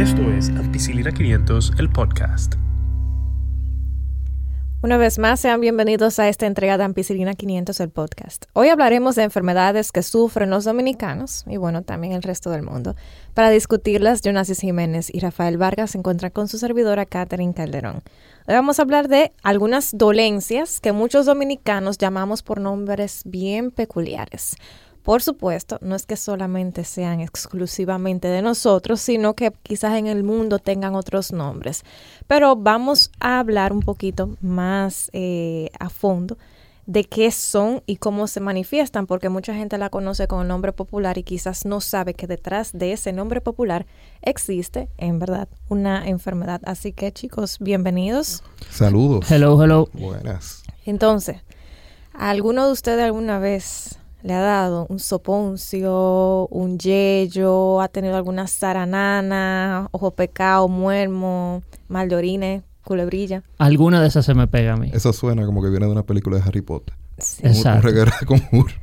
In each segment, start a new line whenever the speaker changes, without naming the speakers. Esto es Ampicilina 500, el podcast.
Una vez más, sean bienvenidos a esta entrega de Ampicilina 500, el podcast. Hoy hablaremos de enfermedades que sufren los dominicanos y, bueno, también el resto del mundo. Para discutirlas, Jonasis Jiménez y Rafael Vargas se encuentran con su servidora Catherine Calderón. Hoy vamos a hablar de algunas dolencias que muchos dominicanos llamamos por nombres bien peculiares. Por supuesto, no es que solamente sean exclusivamente de nosotros, sino que quizás en el mundo tengan otros nombres. Pero vamos a hablar un poquito más eh, a fondo de qué son y cómo se manifiestan, porque mucha gente la conoce con el nombre popular y quizás no sabe que detrás de ese nombre popular existe, en verdad, una enfermedad. Así que chicos, bienvenidos.
Saludos.
Hello, hello.
Buenas.
Entonces, ¿a alguno de ustedes alguna vez le ha dado un soponcio, un yello, ha tenido alguna zaranana, ojo pecado, muermo, mal de orines, culebrilla.
Alguna de esas se me pega a mí.
Eso suena como que viene de una película de Harry Potter.
Sí.
Un- Un
Exacto.
reguero de conjuro.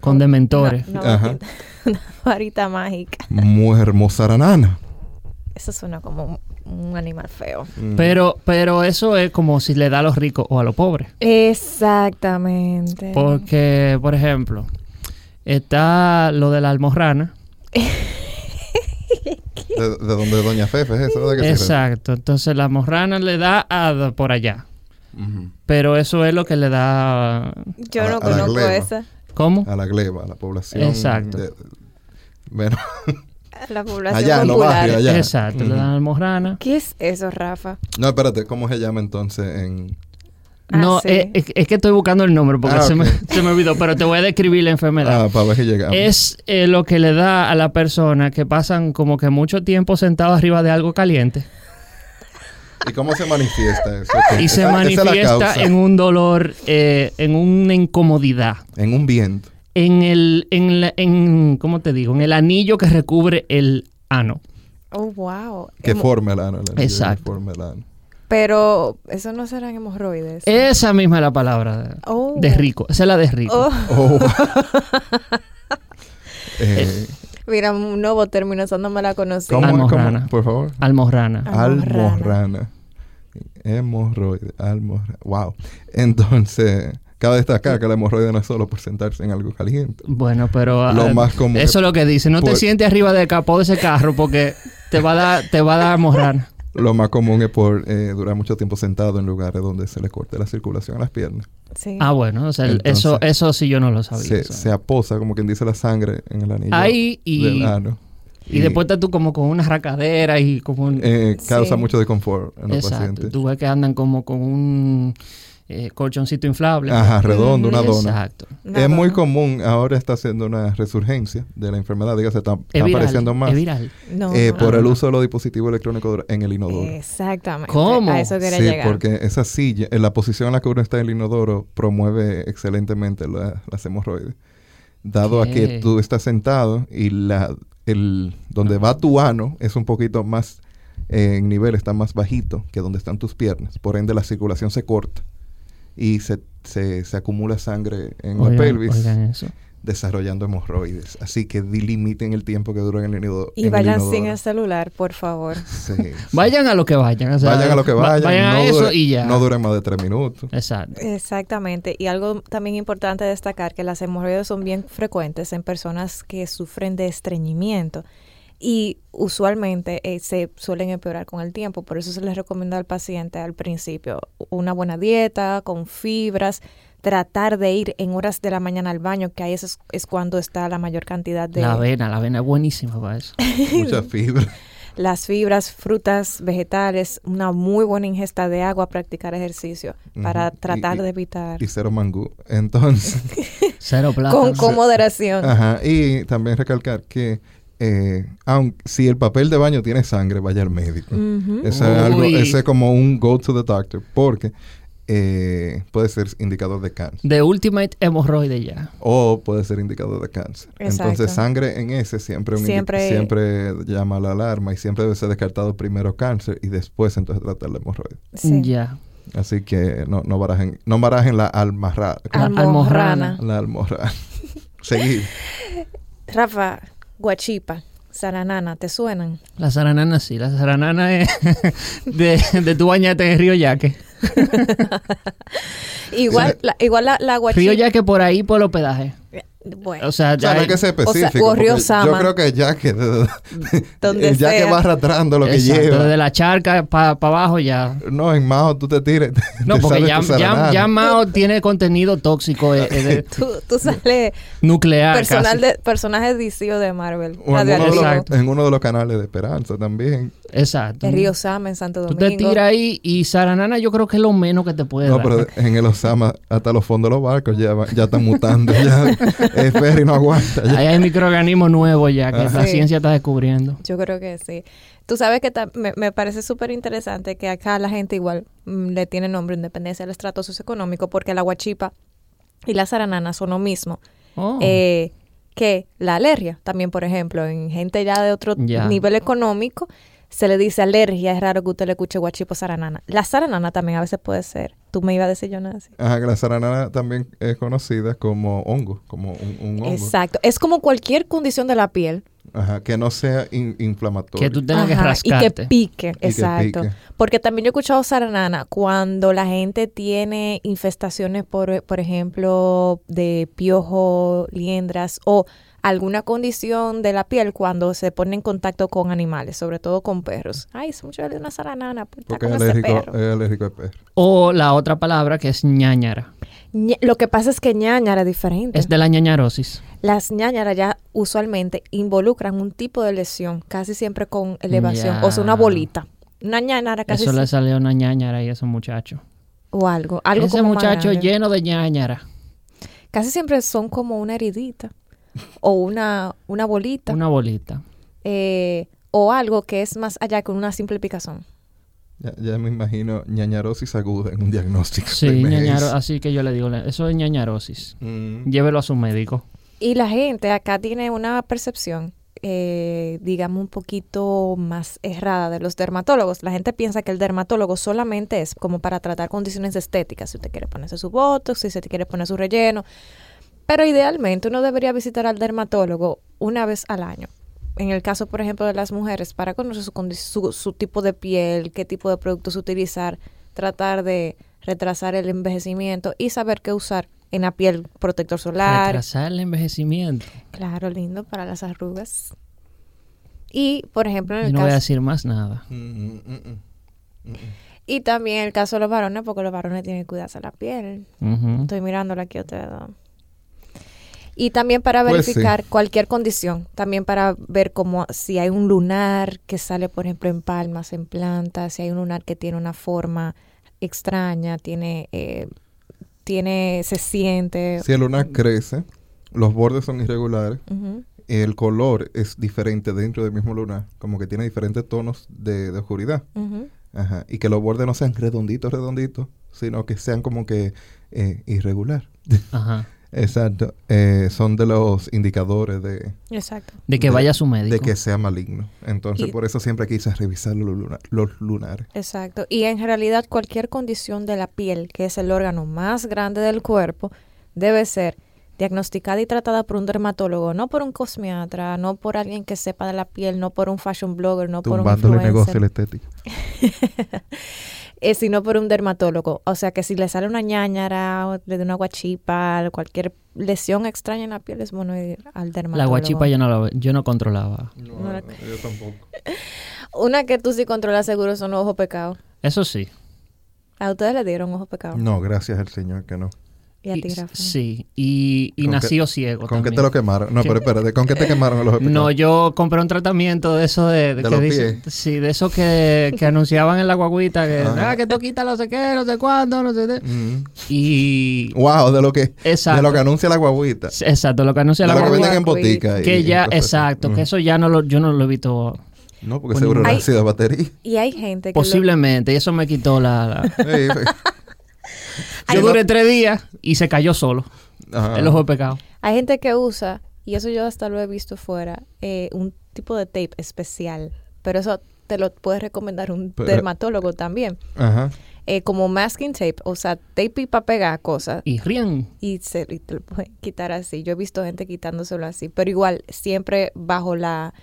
Con dementores.
Una,
Ajá.
varita, una varita mágica.
Muermosaranana.
Eso suena como un, un animal feo.
Mm.
Pero, pero eso es como si le da a los ricos o a los pobres.
Exactamente.
Porque, por ejemplo, está lo de la almorrana.
De, de donde Doña Fefe es eso, ¿verdad que sí?
Exacto. Entonces la almorrana le da a d- por allá.
Ujú.
Pero eso es lo que le da...
Yo
a la-
no
a la
conozco
gleba.
esa.
¿Cómo?
A la gleba, a la población.
Exacto.
de- bueno,
La población
allá en los
popular.
barrios, allá.
Exacto. Le
Ujú.
dan almorrana.
¿Qué es eso, Rafa?
No, espérate, ¿cómo se llama entonces en...?
Ah,
No,
sí.
es, es- es que estoy buscando el nombre porque
Ah,
se, me,
ok.
se me olvidó, pero te voy a describir la enfermedad.
Ah, para ver si llegamos.
es eh, lo que le da a la persona que pasan como que mucho tiempo sentado arriba de algo caliente
¿Y cómo se manifiesta eso? Ok,
y se
esa- esa es la
manifiesta
causa.
en un dolor, eh, en una incomodidad,
En un viento.
en el, en, la- en, ¿cómo te digo? En el anillo que recubre el ano.
Oh, wow.
Que
Hemo-
forma el ano. la-
Exacto.
que Forma el ano.
Pero eso no serán hemorroides.
Esa misma es la palabra de,
Oh.
de rico, esa es la de rico.
Oh.
Oh. eh,
Mira, un nuevo término, esa no me la conocí.
¿Cómo? cómo-
Almorrana.
Por favor.
Almorrana.
Almorrana.
Almorrana. Hemorroide. Almorrana. Wow. Entonces, cabe destacar que la hemorroide no es solo por sentarse en algo caliente.
Bueno, pero
Lo
ah,
más pues- común
eso es lo que dice, no
por-
te sientes arriba del capó de ese carro porque te va a dar, te va a dar almorrana.
Lo más común es por eh, durar mucho tiempo sentado en lugares donde se le corte la circulación a las piernas.
Sí.
Ah, bueno, o sea, el-
Entonces,
eso, eso sí yo no lo sabía.
Se,
o sea.
se aposa, como quien dice, la sangre en el anillo
Ahí y-
del ano.
Y, después estás tú como con una racadera y como un...
eh, causa
Sí.
mucho desconfort en los
exacto.
pacientes.
Tú ves que andan como con un eh, colchoncito inflable.
Ajá, redondo, una dona.
Exacto.
Una
Es muy
dona.
común, ahora está haciendo una resurgencia de la enfermedad, dígase, está,
Es
está
viral,
apareciendo más
Es viral.
No.
eh,
no,
por
no.
el uso de los dispositivos electrónicos en el inodoro.
Exactamente.
¿Cómo?
A eso Eh, quería
Sí,
llegar.
porque esa silla, en la posición en la que uno está en el inodoro, promueve excelentemente la- las hemorroides. Dado a que
Ok.
tú estás sentado y la, el, donde va tu ano es un poquito más, eh, en nivel está más bajito que donde están tus piernas. Por ende, la circulación se corta y se, se, se acumula sangre en la
Oigan-
pelvis,
oigan eso.
desarrollando hemorroides. Así que delimiten el tiempo que duran en el inodoro.
Y
en el
vayan sin
inodoro.
el celular, por favor.
Sí, sí.
Vayan a lo que vayan. o sea,
vayan a lo que
va-
vayan.
Vayan
no
a eso
dure-
y ya.
No duren más de tres minutos.
Exacto.
Exactamente. Y algo también importante destacar, que las hemorroides son bien frecuentes en personas que sufren de estreñimiento. Y usualmente eh, se suelen empeorar con el tiempo. Por eso se les recomienda al paciente al principio una buena dieta, con fibras, tratar de ir en horas de la mañana al baño, que ahí es, es cuando está la mayor cantidad de
La avena, la avena es buenísima para eso.
Mucha fibra.
las fibras, frutas, vegetales, una muy buena ingesta de agua, practicar ejercicio para
Ujú. Y-
tratar
y-
de evitar
y cero mangú. Entonces,
Cero plata.
con, con moderación.
ajá. Y también recalcar que eh, aun- si el papel de baño tiene sangre, vaya al médico.
Ujú.
Eso es algo,
Mm-hmm. Uy.
ese es como un go to the doctor, porque eh, puede ser indicador de cáncer.
De Ultimate Hemorroide ya.
O puede ser indicador de cáncer.
Exacto.
Entonces, sangre en ese siempre, un indi-
Siempre-
siempre llama la alarma y siempre debe ser descartado primero cáncer y después entonces tratar la hemorroide.
Sí.
Ya.
Así que no, no barajen, no barajen la alma ra-
Ah.
Almorrana.
Almorrana.
la almorra. Seguir.
Rafa, guachipa. Saranana, ¿te suenan?
La saranana sí, la saranana es de, de tu bañate en el río Yaque.
Igual, la, igual la, la
Río
guachita.
Yaque por ahí por los pedajes.
Bueno,
O sea,
O sea, no
hay-
hay que ser
o sea,
específico. porque
Gorrio
yo
Sama.
creo que ya que
Donde
el ya que
sea.
va arrastrando lo que
exacto,
lleva.
desde la charca para abajo ya.
No, en Majo tú te tires. te-
No,
te
porque
sale
ya,
tu
ya,
saranana.
ya Mao tiene contenido tóxico eh, eh, de-
tú, tú sales
nuclear.
personal
casi.
de, personaje DC o de Marvel.
O en, uno de
radioactivo.
Exacto.
los, en uno de los canales de Esperanza también.
Exacto.
El río Sama en Santo
Tú
Domingo.
te tiras ahí y Saranana yo creo que es lo menos que te puede
No,
dar.
pero en el Osama, hasta los fondos de los barcos ya, va- ya están mutando. ya. El ferry no aguanta. ya.
Ahí hay microorganismos nuevos ya que
Ajá.
la
Sí.
ciencia está descubriendo.
Yo creo que sí. Tú sabes que ta- me, me parece súper interesante que acá la gente igual mm, le tiene nombre independencia del estrato socioeconómico porque la guachipa y la saranana son lo mismo.
Oh.
Eh, que la alergia, también por ejemplo, en gente ya de otro
Ya.
nivel económico, se le dice alergia, es raro que usted le escuche guachipa o saranana. La saranana también a veces puede ser. Tú me ibas a decir yo nada así.
Ajá, que la saranana también es conocida como hongo, como un, un
pues.
hongo.
Exacto. Es como cualquier condición de la piel.
Ajá, que no sea in- inflamatorio.
que tú tengas que
Ajá,
rascarte.
Y que pique,
que
exacto.
pique.
Porque también yo he escuchado saranana cuando la gente tiene infestaciones, por, por ejemplo, de piojo, liendras o alguna condición de la piel cuando se pone en contacto con animales, sobre todo con perros. Ay, es mucho de una saranana, pues, está
Porque es
con ese
alérgico,
perro.
es alérgico al perro.
O la otra palabra que es ñañara.
eh.
Ñe- Lo que pasa es que ñañara es diferente.
Es de la ñañarosis.
Las ñañaras ya usualmente involucran un tipo de lesión, casi siempre con elevación, o sea, una
Ya.
bolita. Una ñañara casi
Eso
siempre-
le salió una ñañara y ese muchacho.
o algo, algo
ese
como más
muchacho
grande.
lleno de ñañara.
Casi siempre son como una heridita o una, una bolita
Una bolita.
eh, o algo que es más allá que una simple picazón.
Ya, ya me imagino ñañarosis aguda en un diagnóstico. de
Sí,
emergencia.
ñañaro, así que yo le digo, le- eso es ñañarosis.
Mm.
Llévelo a su médico.
Y la gente acá tiene una percepción, eh, digamos, un poquito más errada de los dermatólogos. La gente piensa que el dermatólogo solamente es como para tratar condiciones estéticas, si usted quiere ponerse su botox, si usted quiere poner su relleno. Pero idealmente uno debería visitar al dermatólogo una vez al año. En el caso, por ejemplo, de las mujeres, para conocer su, condi- su, su tipo de piel, qué tipo de productos utilizar, tratar de retrasar el envejecimiento y saber qué usar en la piel, protector solar,
Retrasar el envejecimiento.
Claro, lindo para las arrugas. Y, por ejemplo, en
Y
el
no voy a
caso,
decir más nada.
Mm, mm, mm, mm.
y también el caso de los varones, porque los varones tienen que cuidarse la piel.
Ujú.
Estoy mirándola aquí otra vez. Y también para
Pues sí.
verificar cualquier condición, también para ver como si hay un lunar que sale, por ejemplo, en palmas, en plantas, si hay un lunar que tiene una forma extraña, tiene, eh, tiene, se siente.
Si el lunar crece, los bordes son irregulares,
Ujú.
el color es diferente dentro del mismo lunar, como que tiene diferentes tonos de, de oscuridad.
Ujú.
Ajá. Y que los bordes no sean redonditos, redonditos, sino que sean como que eh, irregular.
Ajá.
Exacto. Eh, son de los indicadores de,
Exacto.
De que
De-
vaya a su médico.
de que sea maligno. Entonces,
Y-
por eso siempre quise revisar los, luna- los lunares.
Exacto. Y en realidad cualquier condición de la piel, que es el órgano más grande del cuerpo, debe ser diagnosticada y tratada por un dermatólogo, no por un cosmiatra, no por alguien que sepa de la piel, no por un fashion blogger, no por un
Tumbándole el negocio a
influencer,
la estética.
eh, sino por un dermatólogo. O sea que si le sale una ñañara, o le da una guachipa, cualquier lesión extraña en la piel, es bueno ir al dermatólogo.
La guachipa yo no, la- yo no controlaba.
No, no,
yo tampoco.
Una que tú sí controlas seguro son los ojos pecados.
Eso sí.
A ustedes le dieron ojos pecados.
No, gracias al Señor que no.
Y a ti,
Mm. Y-
Rafa.
Sí. Y, y
¿Con qué-
nació ciego.
¿Con qué
también.
te lo quemaron? No,
Sí.
pero espérate, ¿con qué te quemaron los hospitales?
No, yo compré un tratamiento de eso de,
De
que
los
dice-
pies.
sí, de eso que, que anunciaban en la guaguita que,
Ah.
ah, que tú quitas no sé qué, no sé cuándo, no sé qué.
Mm.
Y
Wow, de lo que
Exacto.
de lo que anuncia la guaguita.
exacto, lo que anuncia
de
la
lo que
guaguita
venden en
guaguita.
botica. y-
que
y
ya
cosas así.
exacto,
Mm.
que eso ya no lo yo no lo he visto
No, porque
Con
seguro
ningún-
era
Ay.
ácido de batería.
Y hay gente que... lo-
posiblemente y eso me quitó la, la-
Sí, sí.
Yo
Ay,
duré tres días y se cayó solo
Ajá.
el ojo de pecado.
Hay gente que usa, y eso yo hasta lo he visto fuera, eh, un tipo de tape especial. Pero eso te lo puede recomendar un
Pero-
dermatólogo también.
Ajá.
Eh, como masking tape, o sea, tape para pegar cosas.
Y ríen.
Y, se, y te lo pueden quitar así. Yo he visto gente quitándoselo así. Pero igual, siempre bajo la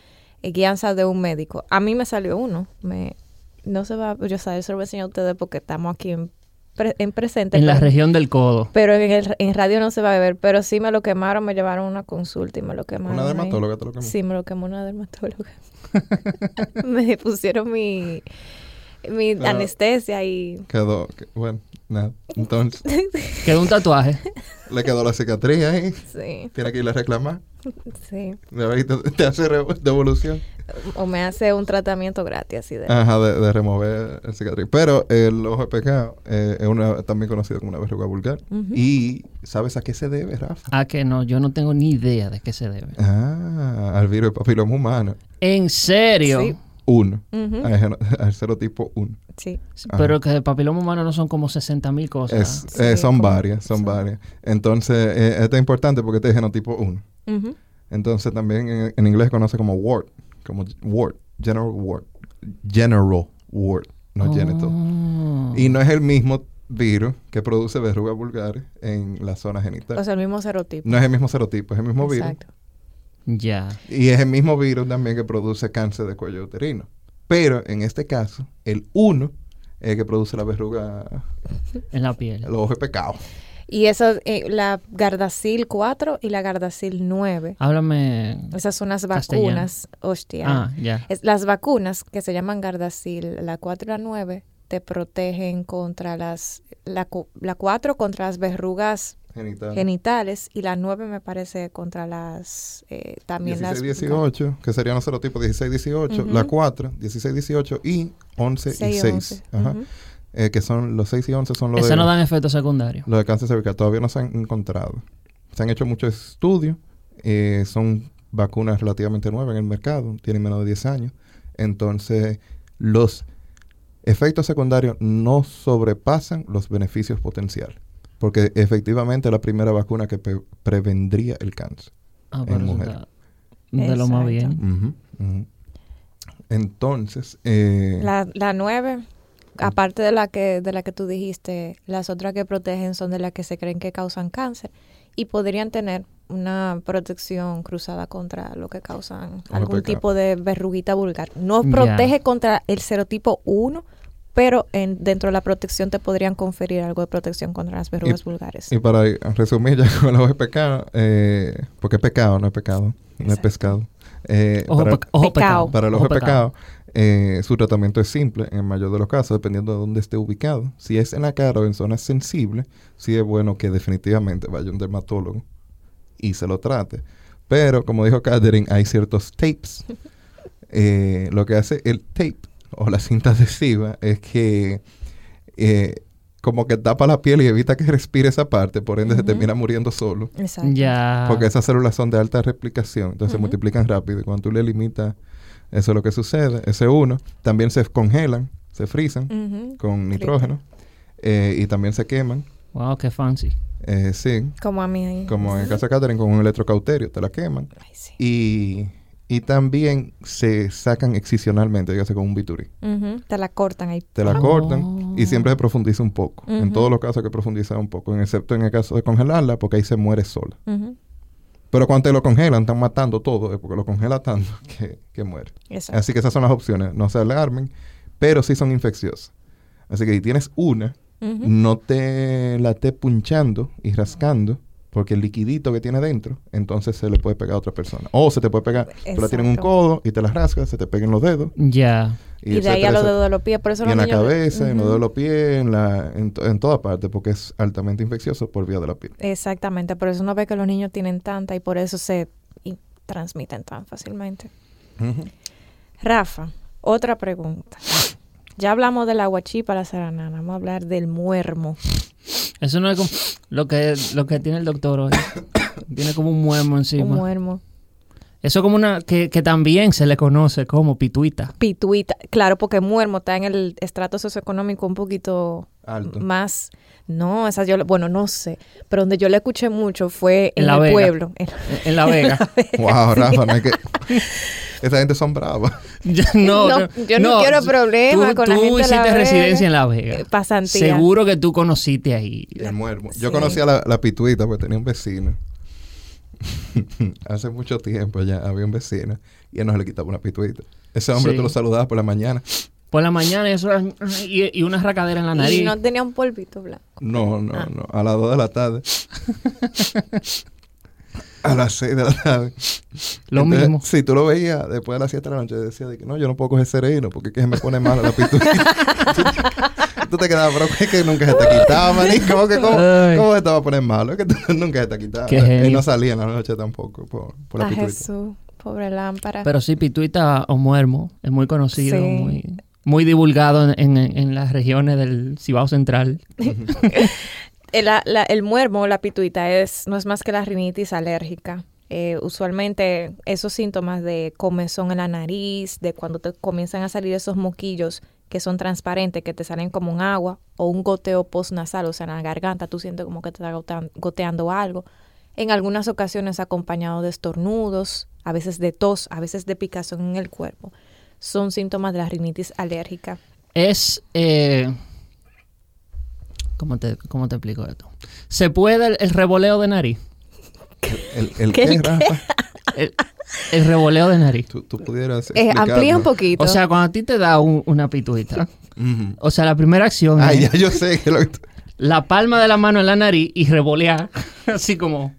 eh, guianza de un médico. A mí me salió uno. Me, no se va, yo saber, se lo voy a enseñar a ustedes porque estamos aquí en, pre- en presente.
En la
pero-
región del codo.
pero en, el, en radio no se va a beber. Pero sí me lo quemaron, me llevaron a una consulta y me lo quemaron.
Una
ahí.
dermatóloga te lo quemó.
Sí, me lo quemó una dermatóloga. me pusieron mi, mi
Pero-
anestesia y...
Quedó, que- bueno, nada. Entonces,
Quedó un tatuaje.
le quedó la cicatriz ahí.
Sí,
Tiene que ir a reclamar.
sí.
De ahí te, te hace re- devolución.
O me hace un tratamiento gratis así de...
Ajá, de, de remover el cicatriz. Pero el ojo de pecado eh, es una, también conocido como una verruga vulgar.
Ujú.
¿Y sabes a qué se debe, Rafa?
Ah, que no, yo no tengo ni idea de qué se debe.
Ah, al virus de papiloma humano.
¿En serio?
Sí.
Uno. Ah,
Ujú,
Al geno- Al serotipo 1.
Sí.
Ajá.
Pero que de papiloma humano no son como 60 mil cosas.
Es-
sí,
eh, son
como-
varias, son
sí.
varias. Entonces, eh, esto es importante porque este es genotipo 1.
Ujú.
Entonces, también en, en inglés se conoce como wart, como wart, general wart, general wart, no genital.
Oh.
Y no es el mismo virus que produce verrugas vulgares en la zona genital.
O sea, el mismo serotipo.
no es el mismo serotipo, es el mismo virus.
Exacto.
Ya.
Y es el mismo virus también que produce cáncer de cuello uterino. Pero en este caso, el 1 es el que produce la verruga,
En la piel.
el ojo de pecado.
Y eso, eh, la Gardasil 4 y la Gardasil 9.
Háblame.
Esas son las
Castellano.
vacunas. Hostia.
Ah, ya.
Es- las vacunas que se llaman Gardasil, la 4 y la 9, te protegen contra las... La, cu- la 4 contra las verrugas
Genital.
genitales y la 9 me parece contra las... eh, también las...
16, 18, que serían los serotipos 16, 18, la
Ujú.
4, 16, 18 y 11 y 6.
11.
Ajá.
Ujú.
Eh, que son los 6 y 11 son los
Esas
de,
no dan efectos secundarios.
los de cáncer cervical. Todavía no se han encontrado. Se han hecho muchos estudios. eh, son vacunas relativamente nuevas en el mercado. Tienen menos de 10 años. Entonces, los efectos secundarios no sobrepasan los beneficios potenciales. Porque efectivamente es la primera vacuna que pe- prevendría el cáncer.
Ah,
en
pero eso
mujer.
está de lo más
Exacto.
bien.
Ujú, ujú. Entonces, eh,
La, la 9, aparte de la, que, de la que tú dijiste, las otras que protegen son de las que se creen que causan cáncer y podrían tener una protección cruzada contra lo que causan
Ojo
algún
pecado.
tipo de verruguita vulgar. No
Ya.
protege contra el serotipo 1, pero en, dentro de la protección te podrían conferir algo de protección contra las verrugas vulgares.
y para resumir ya con el ojo de pecado, eh, porque es pecado, no es pecado, no es
Exacto.
pescado. Eh,
Ojo,
para,
peca-
Pecao.
ojo pecado.
para el ojo, de
pecado.
pecado, eh, su tratamiento es simple en el mayor de los casos, dependiendo de dónde esté ubicado. Si es en la cara o en zonas sensibles, sí es bueno que definitivamente vaya un dermatólogo y se lo trate. Pero, como dijo Catherine, hay ciertos tapes. Eh, lo que hace el tape o la cinta adhesiva es que eh, como que tapa la piel y evita que respire esa parte, por ende se
Ujú.
termina muriendo solo.
Exacto.
Ya.
Porque esas células son de alta replicación, entonces se
Ah. Ujú.
multiplican rápido. Y cuando tú le limitas, eso es lo que sucede. Ese uno, también se congelan, se frisan
Ujú. Fritan.
con nitrógeno eh, y también se queman.
Wow, qué fancy.
Eh, sí,
Como a mí ahí.
como en el caso de Catherine, con un electrocauterio, te la queman.
Ay, sí.
Y, y también se sacan excisionalmente, dígase con un bisturí.
Ujú. Te la cortan ahí.
Te la
Ah.
cortan y siempre se profundiza un poco. En
Oh. Ujú.
todos los casos hay que profundiza un poco, en- excepto en el caso de congelarla, porque ahí se muere sola.
Ujú.
Pero cuando te lo congelan, están matando todo, eh, porque lo congela tanto que, que muere.
Exacto.
Así que esas son las opciones. No se alarmen, pero sí son infecciosas. Así que si tienes una,
Ujú.
no te la estés punchando y rascando, porque el liquidito que tiene dentro, entonces se le puede pegar a otra persona. O se te puede pegar, tú la tienes en un
Exacto.
codo y te la rascas, se te peguen los dedos.
Ya.
Y, de ahí a los
etcétera, etcétera.
dedos de los pies. Por eso
Y
los
en la
niños-
cabeza, en
Ujú.
los dedos de los pies, en, la, en, to- en toda parte, porque es altamente infeccioso por vía de la piel.
Exactamente, por eso uno ve que los niños tienen tanta y por eso se y- transmiten tan fácilmente. Rafa, otra pregunta. Ya hablamos del aguachipa, la saranana, vamos a hablar del muermo.
Eso no es como lo que, lo que tiene el doctor hoy. tiene como un muermo
un
encima.
muermo.
Eso como una que, que también se le conoce como pituita.
Pituita, claro, porque muermo está en el estrato socioeconómico un poquito
Alto.
más. No, esa yo, lo- bueno, no sé, pero donde yo la escuché mucho fue en,
En La
el
Vega.
pueblo. En-
En, en la vega.
Wow, Rafa, no hay que... Esa gente son bravas.
Ya, no,
No, yo no quiero problema
tú,
con la
tú
gente de La
hiciste
Vega.
residencia en La Vega.
Eh, pasantía.
Seguro que tú conociste ahí.
El muermo. Yo
sí.
pues conocía la, la pituita porque tenía un vecino Hace mucho tiempo ya había un vecino y él nos le quitaba una pituita. Ese hombre
Sí.
tú lo saludabas por la mañana.
Por la mañana eso y, y una racadera en la nariz.
Y no tenía un polvito blanco.
No, no, no. A las 2 de la tarde. a las 6 de la tarde.
Lo
Entonces,
mismo.
Si tú lo veías después de las 7 de la noche, decía de que no, yo no puedo coger cereino porque es que se me pone mala la pituita. tú te quedabas, pero es que nunca se te quitaba, maní. ¿Cómo que cómo,
Ay.
cómo se te va a poner malo? Es que tú nunca se te quitaba.
Qué genio.
Y no salía en la noche tampoco por, por la
a Ah,
pituita.
Jesús, pobre lámpara.
Pero sí, pituita o muermo es muy conocido,
Sí.
muy, muy divulgado en, en- en las regiones del Cibao Central.
El, la- la- el muermo o la pituita es, no es más que la rinitis alérgica. Eh, usualmente esos síntomas de comezón en la nariz, de cuando te comienzan a salir esos moquillos que son transparentes, que te salen como un agua o un goteo postnasal, o sea, en la garganta tú sientes como que te está gotean- goteando algo. En algunas ocasiones acompañado de estornudos, a veces de tos, a veces de picazón en el cuerpo. Son síntomas de la rinitis alérgica.
Es... eh, ¿cómo, te, ¿Cómo te explico esto? ¿Se puede el, el revoleo de nariz?
El, el
¿Qué-
qué,
qué?
Rafa?
El, el revoleo de nariz.
Tú, tú pudieras
Eh, amplía un
explicarnos.
poquito.
O sea, cuando a ti te da un- una pituita,
Ujú.
o sea, la primera acción
Ay,
es
ya yo sé que lo que tú-
la palma de la mano en la nariz y revolear, así como...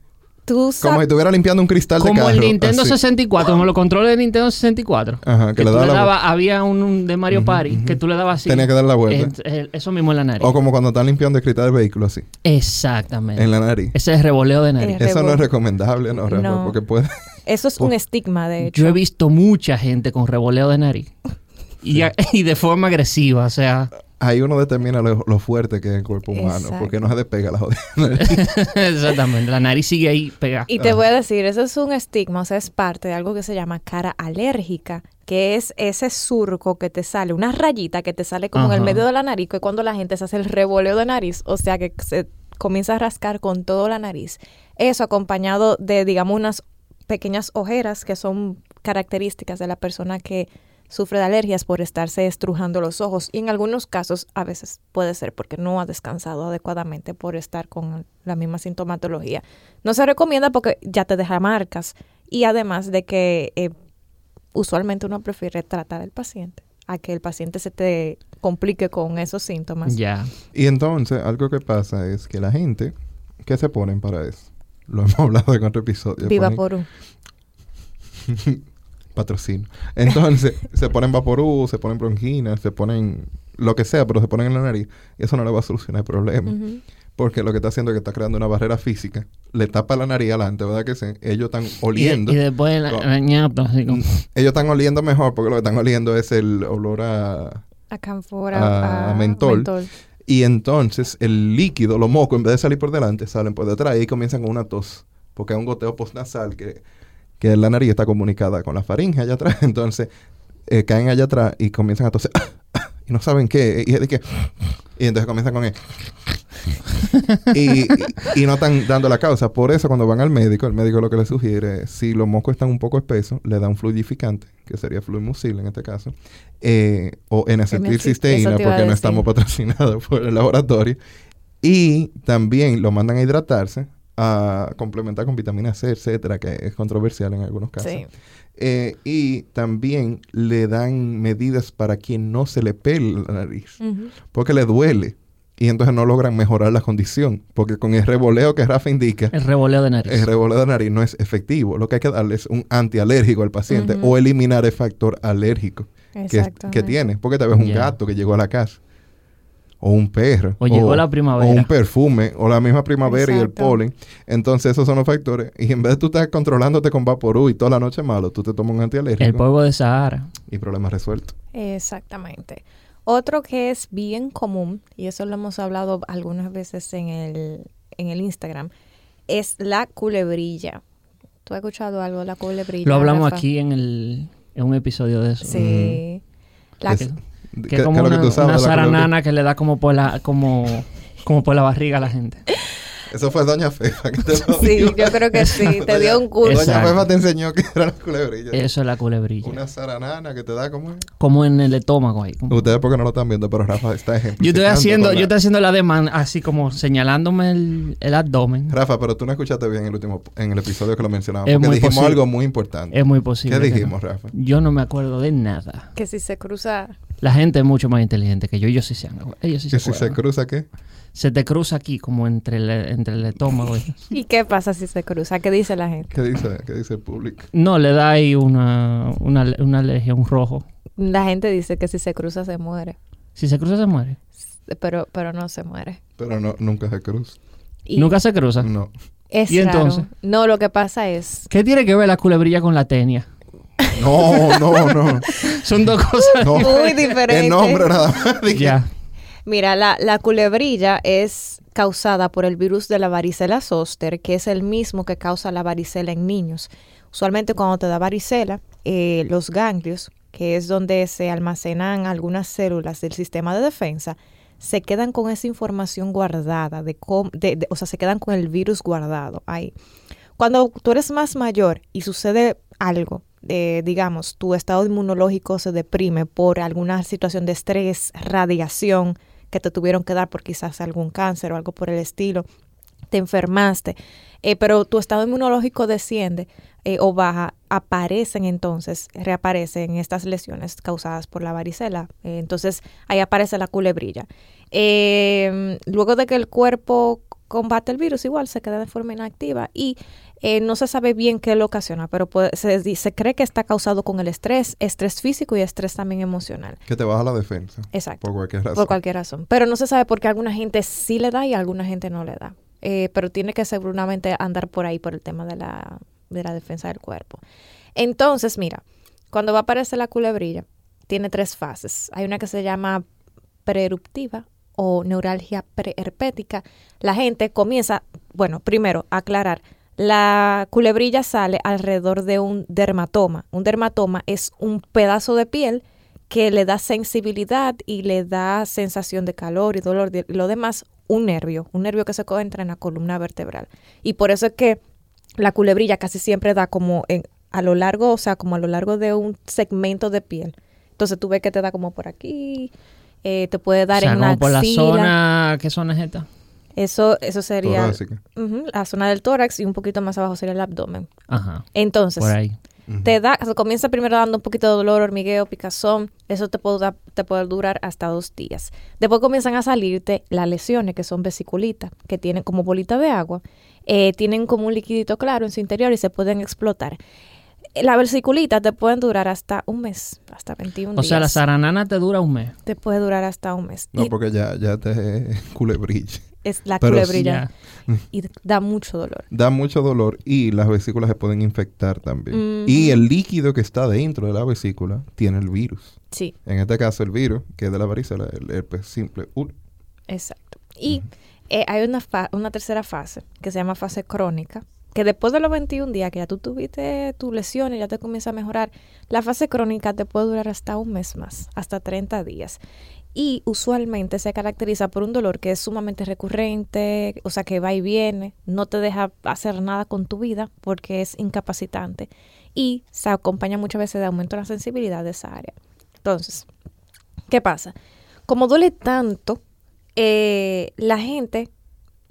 tú sabes.
Como si estuviera limpiando un cristal de
Como
carro.
el Nintendo
así.
64, como los controles de Nintendo 64.
Ajá, que le
tú
daba la
dabas- había un, un de Mario Party que tú le dabas así.
Tenía que dar la vuelta.
Es- es- eso mismo en la nariz.
O como cuando están limpiando el cristal del vehículo así,
Exactamente.
en la nariz.
Ese es revoleo de nariz.
Eh,
Eso no
Revuel-
es recomendable, no, Rafa,
No.
porque puede...
Eso es un estigma, de hecho.
Yo he visto mucha gente con revoleo de nariz. Y, a- y de forma agresiva, o sea,
Ahí uno determina lo, lo fuerte que es el cuerpo humano,
Exacto.
porque no se despega la jodida nariz.
exactamente, la nariz sigue ahí pegada.
Y te voy a decir, eso es un estigma, o sea, es parte de algo que se llama cara alérgica, que es ese surco que te sale, una rayita que te sale como en el
Ajá.
medio de la nariz, que es cuando la gente se hace el revoleo de nariz, o sea, que se comienza a rascar con toda la nariz. Eso acompañado de, digamos, unas pequeñas ojeras que son características de la persona que sufre de alergias por estarse estrujando los ojos y en algunos casos a veces puede ser porque no ha descansado adecuadamente por estar con la misma sintomatología. No se recomienda porque ya te deja marcas y además de que eh, usualmente uno prefiere tratar al paciente a que el paciente se te complique con esos síntomas.
Ya.
Y entonces, algo que pasa es que la gente, ¿qué se ponen para eso? Lo hemos hablado en otro episodio.
Viva
ponen-
por un...
Patrocino. Entonces, se ponen vaporú, se ponen bronquinas, se ponen lo que sea, pero se ponen en la nariz. Y eso no le va a solucionar el problema.
Ujú.
Porque lo que está haciendo es que está creando una barrera física. Le tapa la nariz adelante, ¿verdad que sí? Ellos están
Y,
oliendo.
y después la, la ñapa, así como-
Ellos están oliendo mejor porque lo que están oliendo es el olor a...
A canfora,
A
a,
mentol. Y entonces el líquido, los mocos, en vez de salir por delante, salen por detrás y comienzan con una tos. Porque hay un goteo postnasal que, que la nariz está comunicada con la faringe allá atrás. Entonces eh, caen allá atrás y comienzan a toser. y no saben qué. Y, es de que- y entonces comienzan con... El, y, y- y no están dando la causa. Por eso cuando van al médico, el médico lo que le sugiere, es, si los mocos están un poco espesos, le da un fluidificante, que sería fluimucil en este caso, eh, o en acetilcisteína,
eso te iba a
porque no
decir.
estamos patrocinados por el laboratorio. Y también lo mandan a hidratarse, a complementar con vitamina C, etcétera, que es controversial en algunos casos.
Sí.
Eh, y también le dan medidas para que no se le pele la nariz
Ujú.
porque le duele y entonces no logran mejorar la condición, porque con el revoleo que Rafa indica,
el revoleo de nariz.
el revoleo de nariz no es efectivo. Lo que hay que darle es un antialérgico al paciente
Ujú.
o eliminar el factor alérgico que, que
Exactamente.
tiene, porque tal vez un
Ya.
gato que llegó a la casa o un perro
O llegó la primavera.
o un perfume o la misma primavera y el
Exacto.
polen. Entonces esos son los factores y en vez de tú estar controlándote con vaporú y toda la noche malo, tú te tomas un antialérgico
El polvo de Sahara.
y problema resuelto.
Exactamente. Otro que es bien común, y eso lo hemos hablado algunas veces en el, en el Instagram, es la culebrilla. ¿Tú has escuchado algo de la culebrilla?
Lo hablamos
Rafa?
aquí en, el, en un episodio de eso.
Sí. La-
Es-
Que
¿qué-
como
qué es lo
una,
que tú sabes
una
de la color-
zaranana que le da como por la, como, como por la barriga a la gente.
Eso fue Doña Fefa que te lo
Sí,
dio.
yo creo que sí. Te dio un curso.
Doña
Exacto.
Fefa te enseñó que era la culebrilla.
Eso es la culebrilla.
Una zaranana que te da como...
Como en el estómago ahí. como-
Ustedes porque no lo están viendo, pero Rafa está ejemplo.
Yo estoy haciendo, yo estoy haciendo la demanda, así como señalándome el, el abdomen.
Rafa, pero tú no escuchaste bien el último, en el episodio que lo mencionamos.
Es
Porque
muy
dijimos
posible.
algo muy importante.
Es muy posible.
¿Qué
que no.
dijimos, Rafa?
Yo no me acuerdo de nada.
Que si se cruza.
La gente es mucho más inteligente que yo. Ellos sí se han Ellos sí
Que
se,
si se
acuerdan.
cruza, ¿qué?
Se te cruza aquí, como entre el, entre el estómago. y-
¿Y qué pasa si se cruza? ¿Qué dice la gente?
¿Qué dice, qué dice el público?
No, le da ahí una, una, una alergia, un rojo.
La gente dice que si se cruza se muere.
Si se cruza, se muere.
Pero, pero no se muere.
Pero no, nunca se cruza.
Y
Nunca se cruza.
No.
Es
¿Y
raro.
entonces?
No, lo que pasa es.
¿Qué tiene que ver la culebrilla con la tenia?
No, no, no.
Son dos cosas.
No.
Muy diferente.
El nombre nada más. dije.
Ya.
Mira, la, la culebrilla es causada por el virus de la varicela zoster, que es el mismo que causa la varicela en niños. Usualmente cuando te da varicela, eh, los ganglios, que es donde se almacenan algunas células del sistema de defensa, se quedan con esa información guardada, de cómo- de- de- o sea, se quedan con el virus guardado ahí. Cuando tú eres más mayor y sucede algo, eh, digamos, tu estado inmunológico se deprime por alguna situación de estrés, radiación que te tuvieron que dar por quizás algún cáncer o algo por el estilo, te enfermaste, eh, pero tu estado inmunológico desciende eh, o baja, aparecen entonces, reaparecen estas lesiones causadas por la varicela. Eh, entonces ahí aparece la culebrilla. Eh, luego de que el cuerpo combate el virus, igual se queda de forma inactiva y eh, no se sabe bien qué lo ocasiona, pero puede- se, di- se cree que está causado con el estrés, estrés físico y estrés también emocional.
Que te baja la defensa.
Exacto.
Por cualquier razón.
Por cualquier razón. Pero no se sabe por qué alguna gente sí le da y alguna gente no le da. Eh, pero tiene que seguramente andar por ahí por el tema de la, de la defensa del cuerpo. Entonces, mira, cuando va a aparecer la culebrilla, tiene tres fases. Hay una que se llama preeruptiva o neuralgia preherpética. La gente comienza, bueno, primero, aclarar. La culebrilla sale alrededor de un dermatoma. Un dermatoma es un pedazo de piel que le da sensibilidad y le da sensación de calor y dolor. de- Lo demás, un nervio, un nervio que se encuentra en la columna vertebral. Y por eso es que la culebrilla casi siempre da como en- a lo largo, o sea, como a lo largo de un segmento de piel. Entonces tú ves que te da como por aquí, eh, te puede dar
o sea,
en
como
la
por la
axila.
zona. ¿Qué zona es esta?
Eso, eso sería
Torácica.
Ujú, la zona del tórax y un poquito más abajo sería el abdomen.
Ajá.
Entonces,
Por ahí.
te da, o sea, comienza primero dando un poquito de dolor, hormigueo, picazón. Eso te puede, dar- te puede durar hasta dos días. Después comienzan a salirte las lesiones, que son vesiculitas, que tienen como bolita de agua. eh, tienen como un liquidito claro en su interior y se pueden explotar. Las vesiculitas te pueden durar hasta un mes, hasta 21
O
días.
sea, la zaranana te dura un mes.
Te puede durar hasta un mes.
No,
Y
porque ya, ya te culebrilla.
es la
pero
culebrilla
Ya.
y da mucho dolor.
Da mucho dolor y las vesículas se pueden infectar también.
Mm.
Y el líquido que está dentro de la vesícula tiene el virus.
Sí.
En este caso, el virus, que es de la varicela, el herpes simple 1.
Exacto. Y eh, hay una, fa- una tercera fase que se llama fase crónica, que después de los 21 días que ya tú tuviste tu lesión y ya te comienza a mejorar, la fase crónica te puede durar hasta un mes más, hasta 30 días. Y usualmente se caracteriza por un dolor que es sumamente recurrente, o sea, que va y viene, no te deja hacer nada con tu vida porque es incapacitante y se acompaña muchas veces de aumento de la sensibilidad de esa área. Entonces, ¿qué pasa? Como duele tanto, eh, la gente,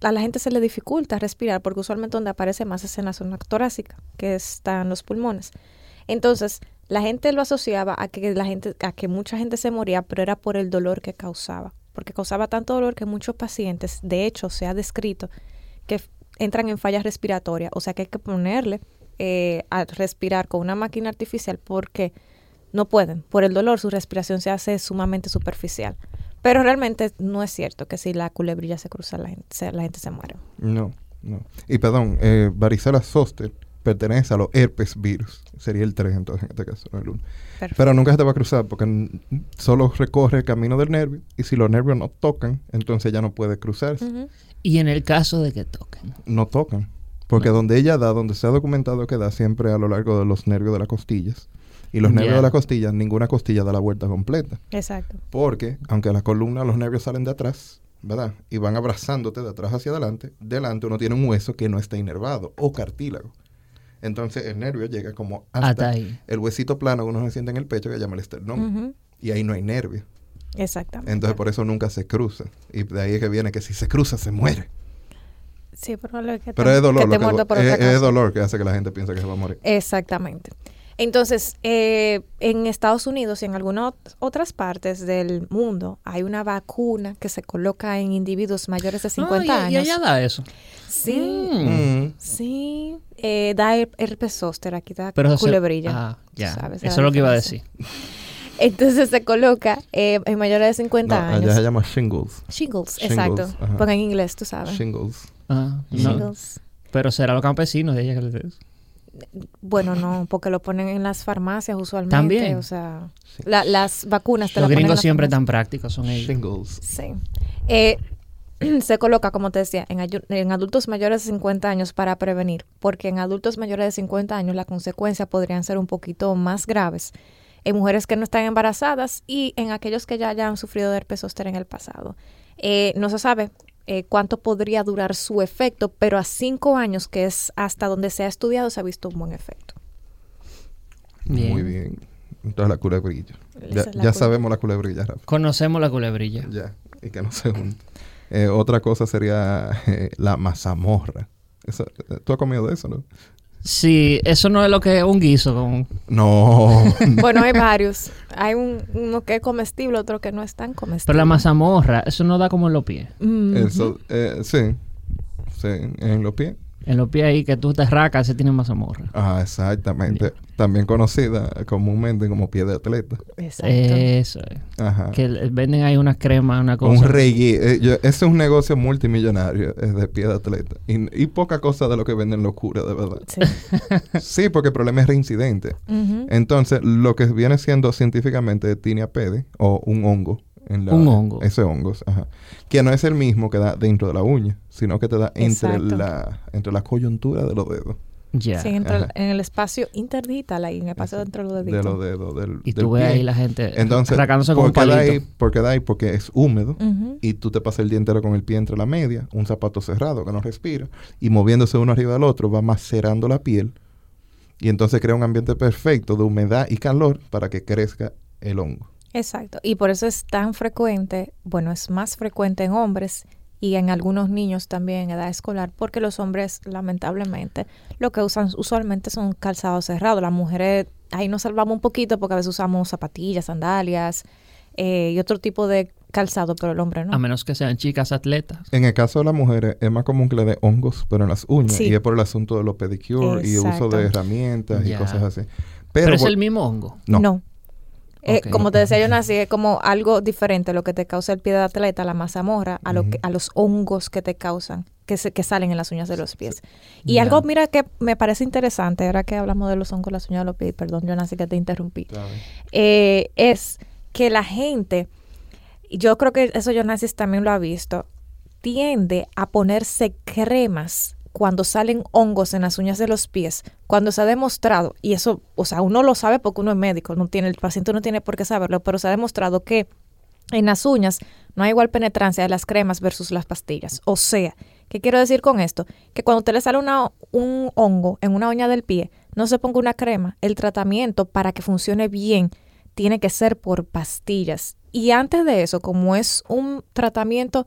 a la gente se le dificulta respirar porque usualmente donde aparece más es en la zona torácica, que están los pulmones. Entonces, la gente lo asociaba a que la gente, a que mucha gente se moría, pero era por el dolor que causaba, porque causaba tanto dolor que muchos pacientes, de hecho, se ha descrito que f- entran en fallas respiratorias, o sea que hay que ponerle eh, a respirar con una máquina artificial porque no pueden, por el dolor su respiración se hace sumamente superficial. Pero realmente no es cierto que si la culebrilla se cruza, la gente se, la gente se muere.
No, no. Y perdón, eh, varicela zoster pertenece a los herpes virus. Sería el 3 entonces en este caso, no el 1.
Perfecto.
Pero nunca se te va a cruzar porque n- solo recorre el camino del nervio y si los nervios no tocan, entonces ya no puede cruzarse.
Ujú.
Y en el caso de que toquen.
No tocan. Porque donde ella da, donde se ha documentado que da siempre a lo largo de los nervios de las costillas. Y los nervios
Ya.
de las costillas, ninguna costilla da la vuelta completa.
Exacto.
Porque, aunque la columna, los nervios salen de atrás, ¿verdad? Y van abrazándote de atrás hacia adelante. Delante uno tiene un hueso que no está inervado o cartílago. Entonces el nervio llega como hasta,
Hasta ahí.
el huesito plano que uno se siente en el pecho que se llama el esternón.
Ujú.
Y ahí no hay nervio.
Exactamente.
Entonces por eso nunca se cruza. Y de ahí es que viene que si se cruza se muere.
Sí, pero, lo que
Pero es dolor.
que te
lo que-
muerda por
es,
otra
es
cosa.
dolor que hace que la gente piensa que se va a morir.
Exactamente. Entonces, eh, en Estados Unidos y en algunas ot- otras partes del mundo hay una vacuna que se coloca en individuos mayores de 50
Ah, y-
años.
Y ella da eso.
Sí,
Mm.
Mm.
sí. Eh, da her- herpes zóster, aquí da
Pero se-
culebrilla.
Ah, ya.
tú sabes,
eso
da
es lo que iba a
diferencia.
decir.
Entonces se coloca eh, en mayores de 50
No,
años.
allá se llama shingles.
Shingles,
Shingles,
exacto.
ajá.
Pongan en inglés, tú sabes.
Shingles.
Ah, no.
Shingles.
Pero será los campesinos de ella que les dé eso.
Bueno, no, porque lo ponen en las farmacias usualmente.
También.
O sea, la- las vacunas te las
Los
ponen en
gringos
las
siempre
farmacias.
tan prácticos son ellos.
Shingles.
Sí. Eh, se coloca, como te decía, en, ayu- en adultos mayores de 50 años para prevenir, porque en adultos mayores de 50 años las consecuencias podrían ser un poquito más graves en mujeres que no están embarazadas y en aquellos que ya hayan sufrido de herpes zóster en el pasado. Eh, no se sabe eh, cuánto podría durar su efecto, pero a cinco años, que es hasta donde se ha estudiado, se ha visto un buen efecto.
Muy bien. Entonces la culebrilla.
Esa
Ya,
es la
ya
cul-
sabemos la culebrilla, Rafa.
Conocemos la culebrilla.
Ya. Y que no se junta. Eh, otra cosa sería eh, la mazamorra. Esa- eh, ¿Tú has comido de eso, no?
Sí, eso no es lo que es un guiso. Con...
No.
Bueno, hay varios. Hay un- uno que es comestible, otro que no es tan comestible.
Pero la mazamorra, eso no da como en los pies.
Mm.
Eso, eh, sí. Sí, en los pies.
En los pies ahí que tú te racas, se tiene mazamorra.
Ah, exactamente. También conocida comúnmente como pie de atleta.
Exacto.
Eso es.
Ajá.
Que le- venden ahí unas cremas, una cosa.
Ah. Un rellí. Eh, yo- ese es un negocio multimillonario, es de pie de atleta. Y, y poca cosa de lo que venden locura, de verdad.
Sí.
Sí, porque el problema es reincidente.
Ujú.
Entonces, lo que viene siendo científicamente Tinea pedi o un hongo. En la,
Un hongo.
Ese hongo, ajá. Que no es el mismo que da dentro de la uña, sino que te da entre
Exacto.
la, entre la coyuntura de los dedos.
Ya.
Sí, entre-
Ajá.
en el espacio interdigital, ahí en el espacio
Ese,
dentro de los
De
deditos.
los dedos. Del,
Y
del
tú ves
pie.
ahí la gente
Entonces,
racándose con
¿por
un
qué, da
palito.
ahí, ¿por qué da ahí? Porque es húmedo
Ujú.
y tú te pasas el día entero con el pie entre la media, un zapato cerrado que no respira, y moviéndose uno arriba del otro va macerando la piel y entonces crea un ambiente perfecto de humedad y calor para que crezca el hongo.
Exacto. Y por eso es tan frecuente, bueno, es más frecuente en hombres y en algunos niños también en edad escolar, porque los hombres, lamentablemente, lo que usan usualmente son calzados cerrados. Las mujeres, ahí nos salvamos un poquito porque a veces usamos zapatillas, sandalias eh, y otro tipo de calzado, pero el hombre no.
A menos que sean chicas atletas.
En el caso de las mujeres es más común que le dé hongos, pero en las uñas,
Sí.
y es por el asunto de los pedicures y uso
Exacto.
de herramientas
Ya.
y cosas así.
Pero,
Pero,
es
vol-
el mismo hongo.
no,
Eh,
Ok.
Como te decía yo nací, es como algo diferente lo que te causa el pie de atleta, la mazamorra, a, lo que- a los hongos que te causan, que, se- que salen en las uñas de los pies. Y
Ya.
algo, mira, que me parece interesante, ahora que hablamos de los hongos, las uñas de los pies, perdón, yo nací que te interrumpí,
Está bien.
eh, es que la gente, y yo creo que eso Jonasis también lo ha visto, tiende a ponerse cremas cuando salen hongos en las uñas de los pies, cuando se ha demostrado, y eso, o sea, uno lo sabe porque uno es médico, no tiene, el paciente no tiene por qué saberlo, pero se ha demostrado que en las uñas no hay igual penetrancia de las cremas versus las pastillas. O sea, ¿qué quiero decir con esto? Que cuando usted le sale una- un hongo en una uña del pie, no se ponga una crema. El tratamiento para que funcione bien tiene que ser por pastillas. Y antes de eso, como es un tratamiento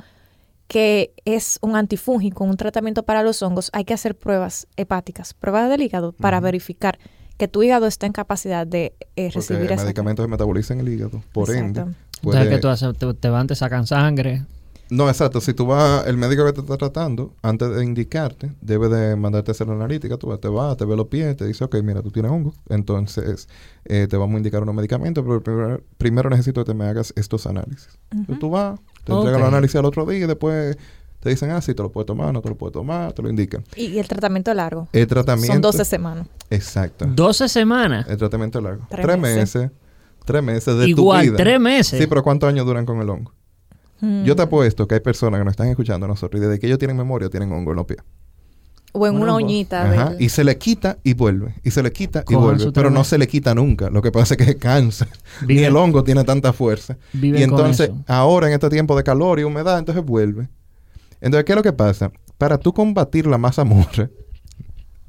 que es un antifúngico, un tratamiento para los hongos, hay que hacer pruebas hepáticas, pruebas del hígado, para verificar que tu hígado está en capacidad de eh,
porque
recibir esa-
medicamentos que metabolizan el hígado, por
Exacto.
ende.
Entonces
puede-
que tú haces- te, te van, te sacan sangre.
No, exacto. Si tú vas, el médico que te está tratando, antes de indicarte, debe de mandarte a hacer la analítica. Tú vas, te vas, te ve los pies, te dice, ok, mira, tú tienes hongo. Entonces, eh, te vamos a indicar unos medicamentos, pero primero, primero necesito que te me hagas estos análisis. Entonces, Tú vas, te
Ok.
entregan los análisis al otro día y después te dicen, ah, sí, te lo puedes tomar, no te lo puedes tomar, te lo indican.
Y, y el tratamiento largo.
El tratamiento...
Son 12 semanas.
Exacto.
12 semanas.
el tratamiento es largo.
Tres
Tres,
meses.
meses. Tres meses de
Igual,
tu vida.
tres meses.
Sí, pero ¿cuántos años duran con el hongo?
Mm.
Yo te apuesto que hay personas que nos están escuchando a nosotros y desde que ellos tienen memoria tienen hongo en los pies.
o en
Una
una
uva.
uñita.
pues, Ajá,
de-
y se le quita y vuelve. Y se le quita y
Cojan
vuelve.
su
Pero no
tremendo.
se le quita nunca. Lo que pasa es que cansa. Ni
Viven-
el hongo tiene tanta fuerza.
viven
y entonces,
con eso.
ahora en este tiempo de calor y humedad, entonces vuelve. Entonces, ¿qué es lo que pasa? Para tú combatir la mazamorra,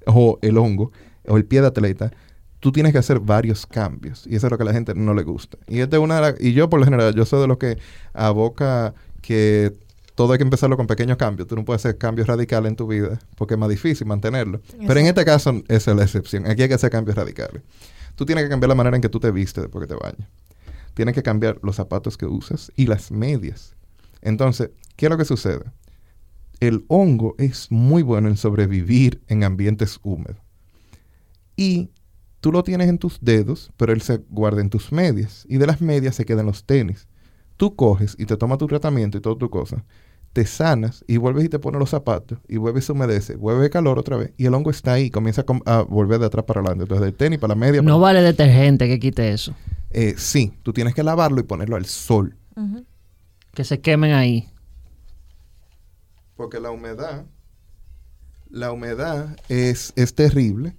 o el hongo, o el pie de atleta, tú tienes que hacer varios cambios. Y eso es lo que a la gente no le gusta. Y, esta es una de la- y yo, por lo general, yo soy de los que aboca que todo hay que empezarlo con pequeños cambios. Tú no puedes hacer cambios radicales en tu vida porque es más difícil mantenerlo. Pero en este caso, esa es la excepción. Aquí hay que hacer cambios radicales. Tú tienes que cambiar la manera en que tú te vistes después que te bañas. Tienes que cambiar los zapatos que usas y las medias. Entonces, ¿qué es lo que sucede? El hongo es muy bueno en sobrevivir en ambientes húmedos. Y tú lo tienes en tus dedos, pero él se guarda en tus medias. Y de las medias se quedan los tenis. Tú coges y te tomas tu tratamiento y toda tu cosa. Te sanas y vuelves y te pones los zapatos y vuelves y se humedece, vuelve calor otra vez y el hongo está ahí, comienza a, com- a volver de atrás para adelante, entonces del tenis para la media. para-
No vale detergente que quite eso.
Eh, sí, tú tienes que lavarlo y ponerlo al sol.
Ujú.
Que se quemen ahí.
Porque la humedad, la humedad es, es terrible.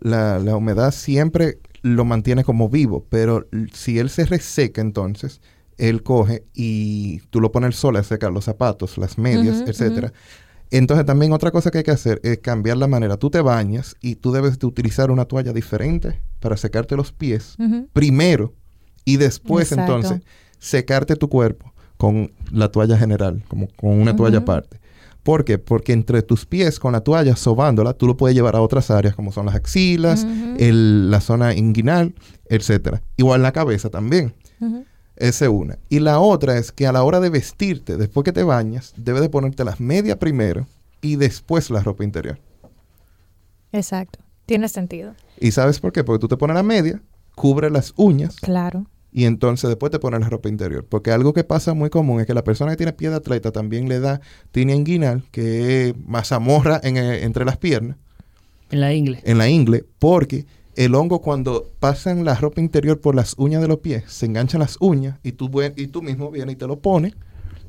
La, la humedad siempre lo mantiene como vivo, pero l- si él se reseca entonces, él coge y tú lo pones al sol a secar los zapatos, las medias,
Ujú,
etcétera. Entonces también otra cosa que hay que hacer es cambiar la manera. Tú te bañas y tú debes de utilizar una toalla diferente para secarte los pies
Ujú.
primero y después
Exacto.
entonces secarte tu cuerpo con la toalla general, como con una toalla
Ujú.
aparte. ¿Por qué? Porque entre tus pies con la toalla sobándola, tú lo puedes llevar a otras áreas como son las axilas,
Ujú.
el- la zona inguinal, etcétera. Igual la cabeza también.
Ujú.
Esa es una. Y la otra es que a la hora de vestirte, después que te bañas, debes de ponerte las medias primero y después la ropa interior.
Exacto. Tiene sentido.
¿Y sabes por qué? Porque tú te pones la media, cubre las uñas
Claro.
y entonces después te pones la ropa interior. Porque algo que pasa muy común es que la persona que tiene pie de atleta también le da tiene inguinal, que es mazamorra en, eh, entre las piernas,
En la ingle.
en la ingle, porque el hongo cuando pasan la ropa interior por las uñas de los pies, se enganchan las uñas y tú, vue- y tú mismo vienes y te lo pones,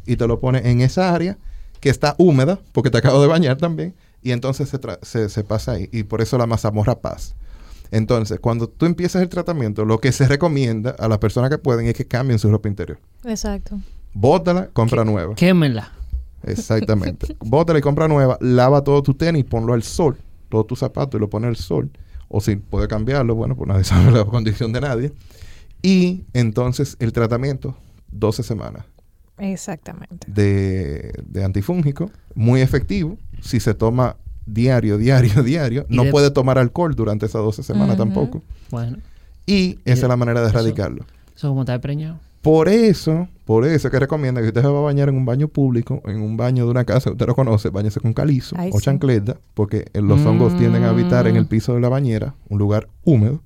y te lo pones en esa área que está húmeda, porque te acabo de bañar también, y entonces se, tra- se, se pasa ahí, y por eso la mazamorra pasa. Entonces, cuando tú empiezas el tratamiento, lo que se recomienda a las personas que pueden es que cambien su ropa interior.
Exacto.
Bótala, compra nueva.
Quémenla.
Exactamente. Bótala y compra nueva, lava todo tu tenis, ponlo al sol, todos tus zapatos y lo pone al sol. O si puede cambiarlo, bueno, pues nadie sabe la condición de nadie. Y entonces el tratamiento, 12 semanas
Exactamente.
de, de antifúngico, muy efectivo. Si se toma diario, diario, diario,
Y
no
de-
puede tomar alcohol durante esas 12 semanas
Ujú.
tampoco.
Bueno,
Y esa
de-
es la manera de
eso.
erradicarlo.
eso es como está preñado.
Por eso, por eso que recomienda que usted se va a bañar en un baño público, en un baño de una casa, usted lo conoce, bañese con calizo
Ay,
o
sí.
chancleta, porque eh, los hongos tienden a habitar en el piso de la bañera, un lugar húmedo.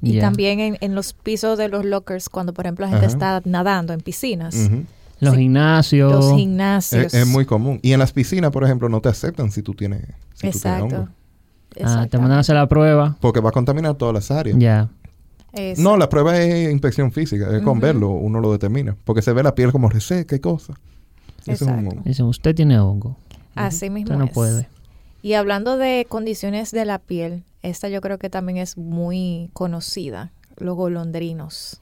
Y
Ya.
también en, en los pisos de los lockers, cuando por ejemplo la gente
Ajá.
está nadando en piscinas,
Ujú.
Los
Sí.
gimnasios. ah,
los
es,
gimnasios.
es muy común. Y en las piscinas, por ejemplo, no te aceptan si tú tienes, si tú tienes
Exacto.
hongo.
Ah, te
Exactamente.
mandan a hacer la prueba.
Porque va a contaminar todas las áreas.
Ya.
Exacto.
No, la prueba es inspección física, es con
Ujú.
verlo, uno lo determina. Porque se ve la piel como reseca y cosa. Eso es un
Exacto.
hongo.
Dicen, usted tiene hongo.
Así mismo
Usted no
es.
puede.
Y hablando de condiciones de la piel, esta yo creo que también es muy conocida, los golondrinos,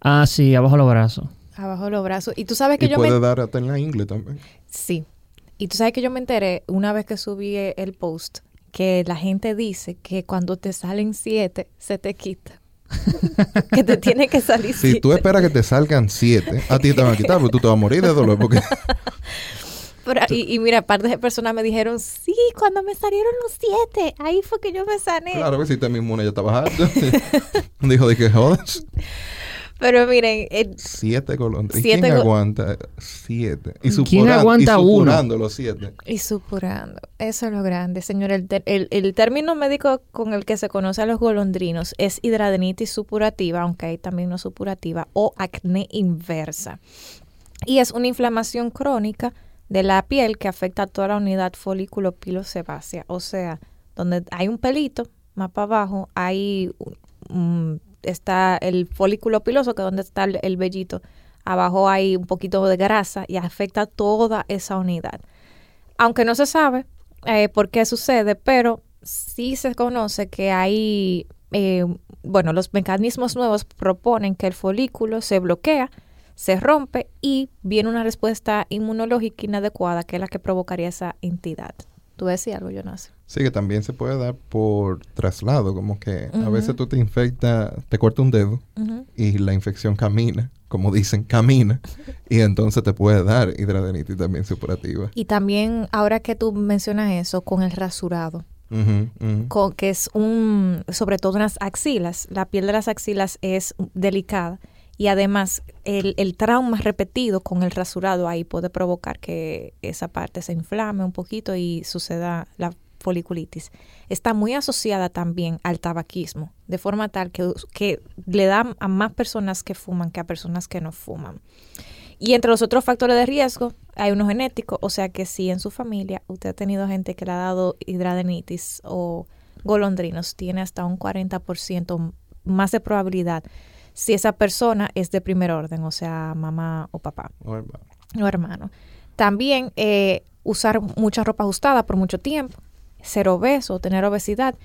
Ah, sí, abajo los brazos.
abajo de los brazos. Y tú sabes que
Y
yo
puede
me...
dar hasta en la ingle también.
Sí. Y tú sabes que yo me enteré una vez que subí e- el post que la gente dice que cuando te salen siete, se te quita. que te tiene que salir
Si
siete.
tú esperas que te salgan siete, a ti te van a quitar, porque tú te vas a morir de dolor. Porque
Pero- y, y mira, parte de personas me dijeron, sí, cuando me salieron los siete, ahí fue que yo me sané.
claro que si te inmune ya está bajando. Dijo, dije, jodas,
Pero miren, eh,
siete golondrinas.
Siete
¿Quién
go-
aguanta siete? Y
¿Quién aguanta
y
uno?
supurando los siete.
Y supurando. Eso es lo grande, señor. El, ter- el- el término médico con el que se conoce a los golondrinos es hidradenitis supurativa, aunque hay también no supurativa, o acné inversa. Y es una inflamación crónica de la piel que afecta a toda la unidad folículo pilosebácea. O sea, donde hay un pelito, más para abajo, hay un- está el folículo piloso, que es donde está el, el vellito. Abajo hay un poquito de grasa y afecta a toda esa unidad aunque no se sabe eh, por qué sucede, pero sí se conoce que hay, eh, bueno, los mecanismos nuevos proponen que el folículo se bloquea, se rompe y viene una respuesta inmunológica inadecuada que es la que provocaría esa entidad. Tú decías algo, Jonas.
Sí, que también se puede dar por traslado, como que a
Ujú.
veces tú te infectas, te corta un dedo y la infección camina, como dicen, camina, y entonces te puede dar hidradenitis también supurativa.
Y también, ahora que tú mencionas eso, con el rasurado,
Ujú, ujú.
con, que es un, sobre todo en las axilas, la piel de las axilas es delicada y además el, el trauma repetido con el rasurado ahí puede provocar que esa parte se inflame un poquito y suceda la foliculitis. Está muy asociada también al tabaquismo, de forma tal que, que le da a más personas que fuman que a personas que no fuman. Y entre los otros factores de riesgo hay uno genético, o sea que si en su familia usted ha tenido gente que le ha dado hidradenitis o golondrinos, tiene hasta un 40% más de probabilidad si esa persona es de primer orden, o sea, mamá o papá
Oh, hermano.
o hermano. También eh, usar mucha ropa ajustada por mucho tiempo, ser obeso, tener obesidad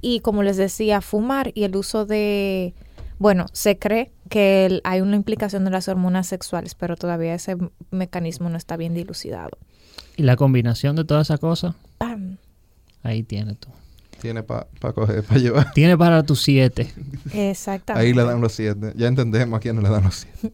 y, como les decía, fumar y el uso de, bueno, se cree que el- hay una implicación de las hormonas sexuales, pero todavía ese m- mecanismo no está bien dilucidado.
Y la combinación de todas esas cosas,
¡Pam!
ahí tiene tú.
Tiene para coger, para llevar.
Tiene para tus siete.
Exactamente.
Ahí le dan los siete. Ya entendemos a quién le dan los siete.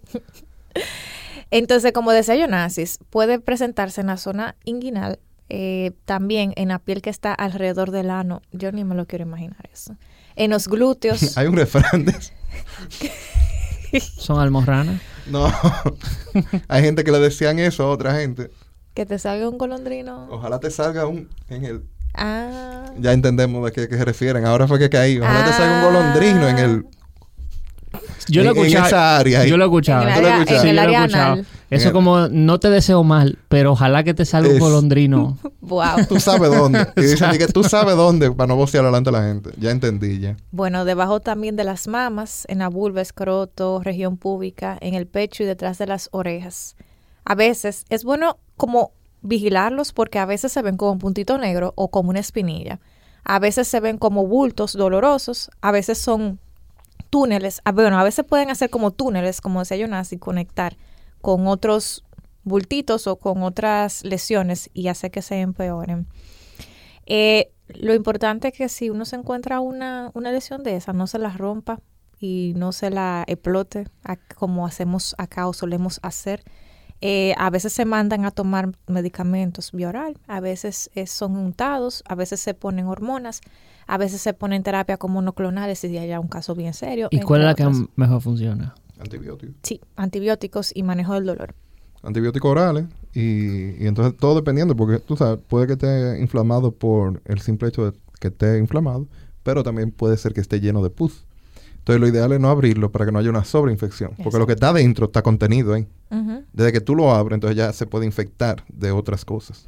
Entonces, como decía Yonasis, puede presentarse en la zona inguinal, eh, también en la piel que está alrededor del ano. Yo ni me lo quiero imaginar eso. En los glúteos.
Hay un refrán de eso.
Son almorranas.
No. Hay gente que le decían eso a otra gente.
Que te salga un golondrino.
Ojalá te salga un en el
Ah.
ya entendemos de qué, qué se refieren. Ahora fue que caí. Ojalá te salga un
Ah.
golondrino en el
Yo lo
En- en
escuchaba.
esa área ahí.
Yo lo escuchaba.
En
el área- en
Sí,
el
yo lo
área
escuchaba.
anal.
Eso
En-
como no te deseo mal, pero ojalá que te salga un
Es-
golondrino.
Wow.
tú sabes dónde. Y dicen de que tú sabes dónde para no bocear delante de la gente. Ya entendí ya.
Bueno, debajo también de las mamas, en la vulva, escroto, región pública, en el pecho y detrás de las orejas. A veces es bueno como vigilarlos porque a veces se ven como un puntito negro o como una espinilla. A veces se ven como bultos dolorosos, a veces son túneles, a- bueno, a veces pueden hacer como túneles, como decía Jonas, y conectar con otros bultitos o con otras lesiones y hace que se empeoren. Eh, lo importante es que si uno se encuentra una, una lesión de esa, no se la rompa y no se la explote a- como hacemos acá o solemos hacer. Eh, a veces se mandan a tomar medicamentos vía oral, a veces eh, son untados, a veces se ponen hormonas, a veces se ponen terapia como monoclonales si hay ya un caso bien serio.
¿Y
entre
cuál es la que
otras.
mejor funciona?
Antibióticos.
Sí, antibióticos y manejo del dolor.
Antibióticos orales. Y, y entonces todo dependiendo, porque tú sabes, puede que esté inflamado por el simple hecho de que esté inflamado, pero también puede ser que esté lleno de pus. Entonces lo ideal es no abrirlo para que no haya una sobreinfección, porque lo que está dentro está contenido ahí.
Ujú.
Desde que tú lo abres, entonces ya se puede infectar de otras cosas.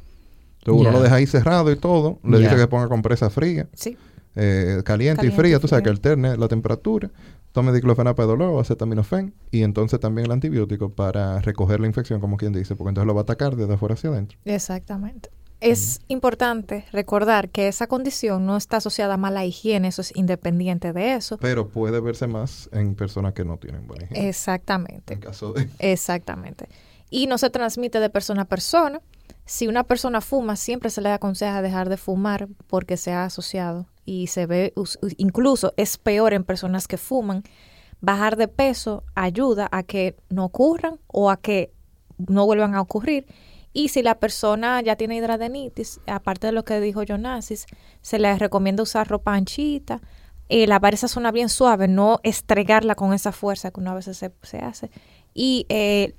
Entonces uno
Ya.
lo deja ahí cerrado y todo, le dice
Ya.
que ponga compresa fría,
Sí,
eh, caliente, y
Caliente y
fría, tú sabes que
fría.
alterne la temperatura, tome diclofenac para dolor o acetaminofén y entonces también el antibiótico para recoger la infección, como quien dice, porque entonces lo va a atacar desde afuera hacia adentro.
exactamente. Es importante recordar que esa condición no está asociada a mala higiene, eso es independiente de eso.
Pero puede verse más en personas que no tienen buena higiene. En
Exactamente,
caso de...
exactamente. Y no se transmite de persona a persona. Si una persona fuma, siempre se le aconseja dejar de fumar porque se ha asociado y se ve, us- incluso es peor en personas que fuman. Bajar de peso ayuda a que no ocurran o a que no vuelvan a ocurrir. Y si la persona ya tiene hidradenitis, aparte de lo que dijo Jonasis, se le recomienda usar ropa anchita, eh, lavar esa zona bien suave, no estregarla con esa fuerza que uno a veces se, se hace. Y eh,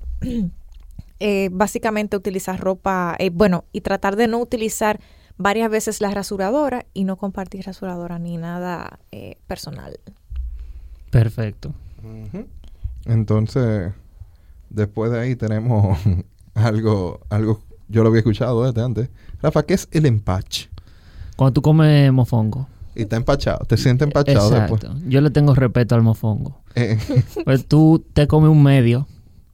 eh, básicamente utilizar ropa, eh, bueno, y tratar de no utilizar varias veces la rasuradora y no compartir rasuradora ni nada eh, personal.
Perfecto.
Entonces, después de ahí tenemos algo, algo, yo lo había escuchado desde antes. Rafa, ¿qué es el empache?
Cuando tú comes mofongo.
Y está empachado, te sientes empachado
Exacto. Yo le tengo respeto al mofongo.
después. Eh,
Pues tú te comes un medio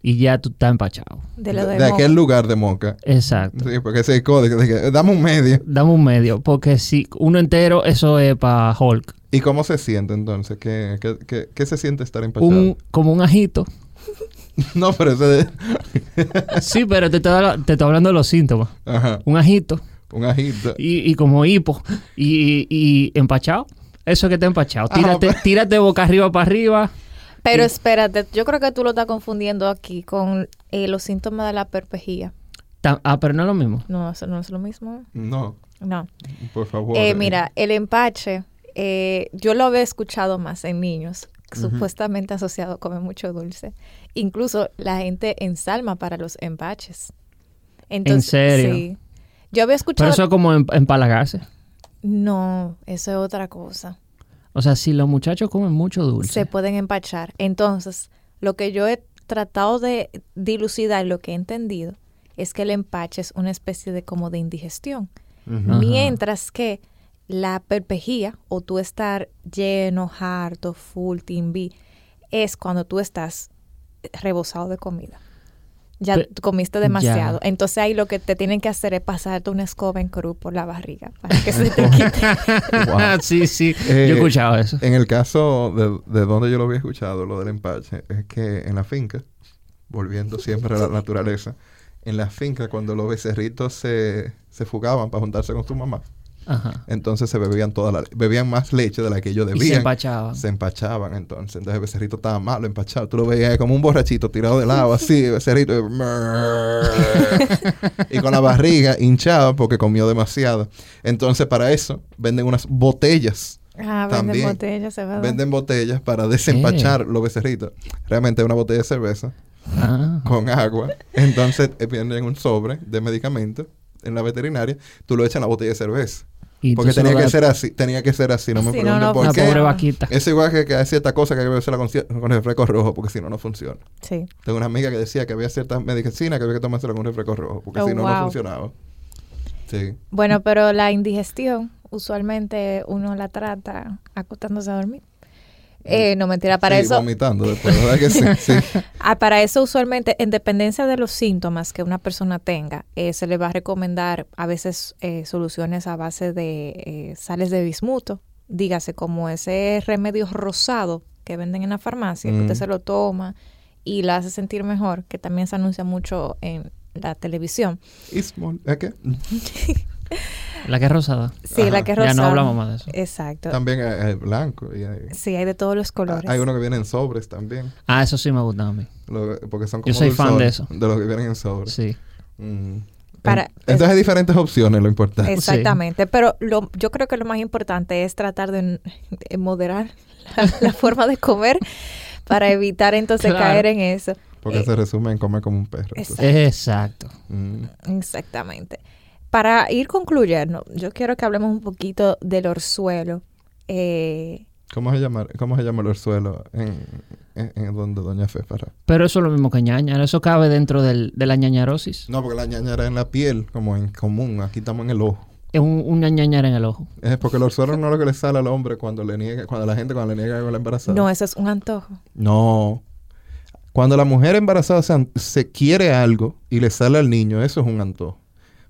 y ya tú estás empachado.
De lo de,
de
Moca.
aquel lugar de Moca.
Exacto.
Sí, porque ese código, de que, dame un medio.
Dame un medio, porque si uno entero, eso es para Hulk.
¿Y cómo se siente entonces? ¿Qué, qué, qué- qué se siente estar empachado?
Un, como un ajito.
No, pero ese de...
Sí, pero te estoy, te estoy hablando de los síntomas.
Ajá.
Un ajito
Un ajito.
y, y como hipo y, y empachado. Eso que te empachado.
Ah,
Tírate,
pero-
tírate boca arriba para arriba.
Pero espérate, yo creo que tú lo estás confundiendo aquí con eh, los síntomas de la perpejía.
Ta- Ah, pero no es lo mismo.
No, eso no es lo mismo.
No,
No.
por favor.
Eh, mira, el empache, eh, yo lo había escuchado más en niños, supuestamente asociado a comer mucho dulce. Incluso la gente ensalma para los empaches.
serio?
Sí. Yo había
Pero
escuchado...
eso es como em- empalagarse.
No, eso es otra cosa.
O sea, si los muchachos comen mucho dulce.
Se pueden empachar. Entonces, lo que yo he tratado de dilucidar, lo que he entendido, es que el empache es una especie de como de indigestión.
Ajá.
Mientras que la perpejía o tú estar lleno, harto, full, timbi, es cuando tú estás rebosado de comida. Ya
Pe-
tú comiste demasiado.
ya.
Entonces ahí lo que te tienen que hacer es pasarte una escoba en cruz por la barriga para que se te quite.
Wow.
sí, sí.
Eh,
Yo he escuchado eso.
En el caso de, de donde yo lo había escuchado, lo del empache, es que en la finca, volviendo siempre a la naturaleza, en la finca cuando los becerritos se, se fugaban para juntarse con su mamá,
Ajá.
entonces se bebían toda la, bebían más leche de la que ellos
Y
debían.
se empachaban.
Se empachaban entonces. Entonces el becerrito estaba malo, empachado. Tú lo veías ahí como un borrachito tirado de lado, así, el becerrito. y con la barriga hinchada porque comió demasiado. Entonces para eso venden unas botellas.
Ah,
También.
venden botellas,
Ah.
se va a dar.
Venden botellas para desempachar los becerritos. Realmente es una botella de cerveza
Ah.
con agua. Entonces eh, venden un sobre de medicamento en la veterinaria. Tú lo echas en la botella de cerveza.
Y tú
Porque
se lo
tenía que
das-
ser así. Tenía que ser así. No me
Si no,
pregunten
no
por
Una
qué.
pobre vaquita.
Es igual que, que hay ciertas cosas que hay que beberse con, cier- con refresco rojo porque si no, no funciona.
Sí.
Tengo una amiga que decía que había ciertas medicinas que había que tomársela con refresco rojo porque
Oh,
si no, no
wow.
funcionaba. Sí.
Bueno, pero la indigestión, usualmente uno la trata acostándose a dormir. Eh, no mentira, para
Sí,
eso,
vomitando después, ¿verdad que sí? Sí.
ah, para eso usualmente, en dependencia de los síntomas que una persona tenga, eh, se le va a recomendar a veces eh, soluciones a base de eh, sales de bismuto, dígase como ese remedio rosado que venden en la farmacia, que usted
Mm.
se lo toma y la hace sentir mejor, que también se anuncia mucho en la televisión.
Ismol, ¿eh, qué?
La que es rosada.
Sí,
Ajá.
la que es
Ya
rosada.
no hablamos más de eso.
Exacto.
También hay, hay blanco. Y hay,
Sí, hay de todos los colores.
hay uno que viene en sobres también.
Ah, eso sí me gusta a mí.
lo- porque son
Yo
como
soy fan de
dulzones, De los que vienen en sobres.
Sí.
Mm.
Para-
En- Entonces hay diferentes opciones, lo importante.
Exactamente, pero lo, yo creo que lo más importante es tratar de, n- de moderar la, la forma de comer para evitar entonces
Claro.
caer en eso.
Porque
Eh,
se resume en comer como un perro. entonces.
Exacto.
Mm.
Exactamente. Para ir concluyendo, yo quiero que hablemos un poquito del orzuelo. Eh,
¿Cómo se llama, cómo se llama el orzuelo en, en, en donde Doña Fefara?
Pero eso es lo mismo que ñaña. Eso cabe dentro del, de la ñañarosis.
No, porque la ñañara en la piel, como en común. Aquí estamos en el ojo.
Es un, una ñañara en el ojo.
Es porque el orzuelo no es lo que le sale al hombre cuando le niega, cuando la gente cuando le niega algo a la embarazada.
no, eso es un antojo.
No. Cuando la mujer embarazada se, se quiere algo y le sale al niño, eso es un antojo.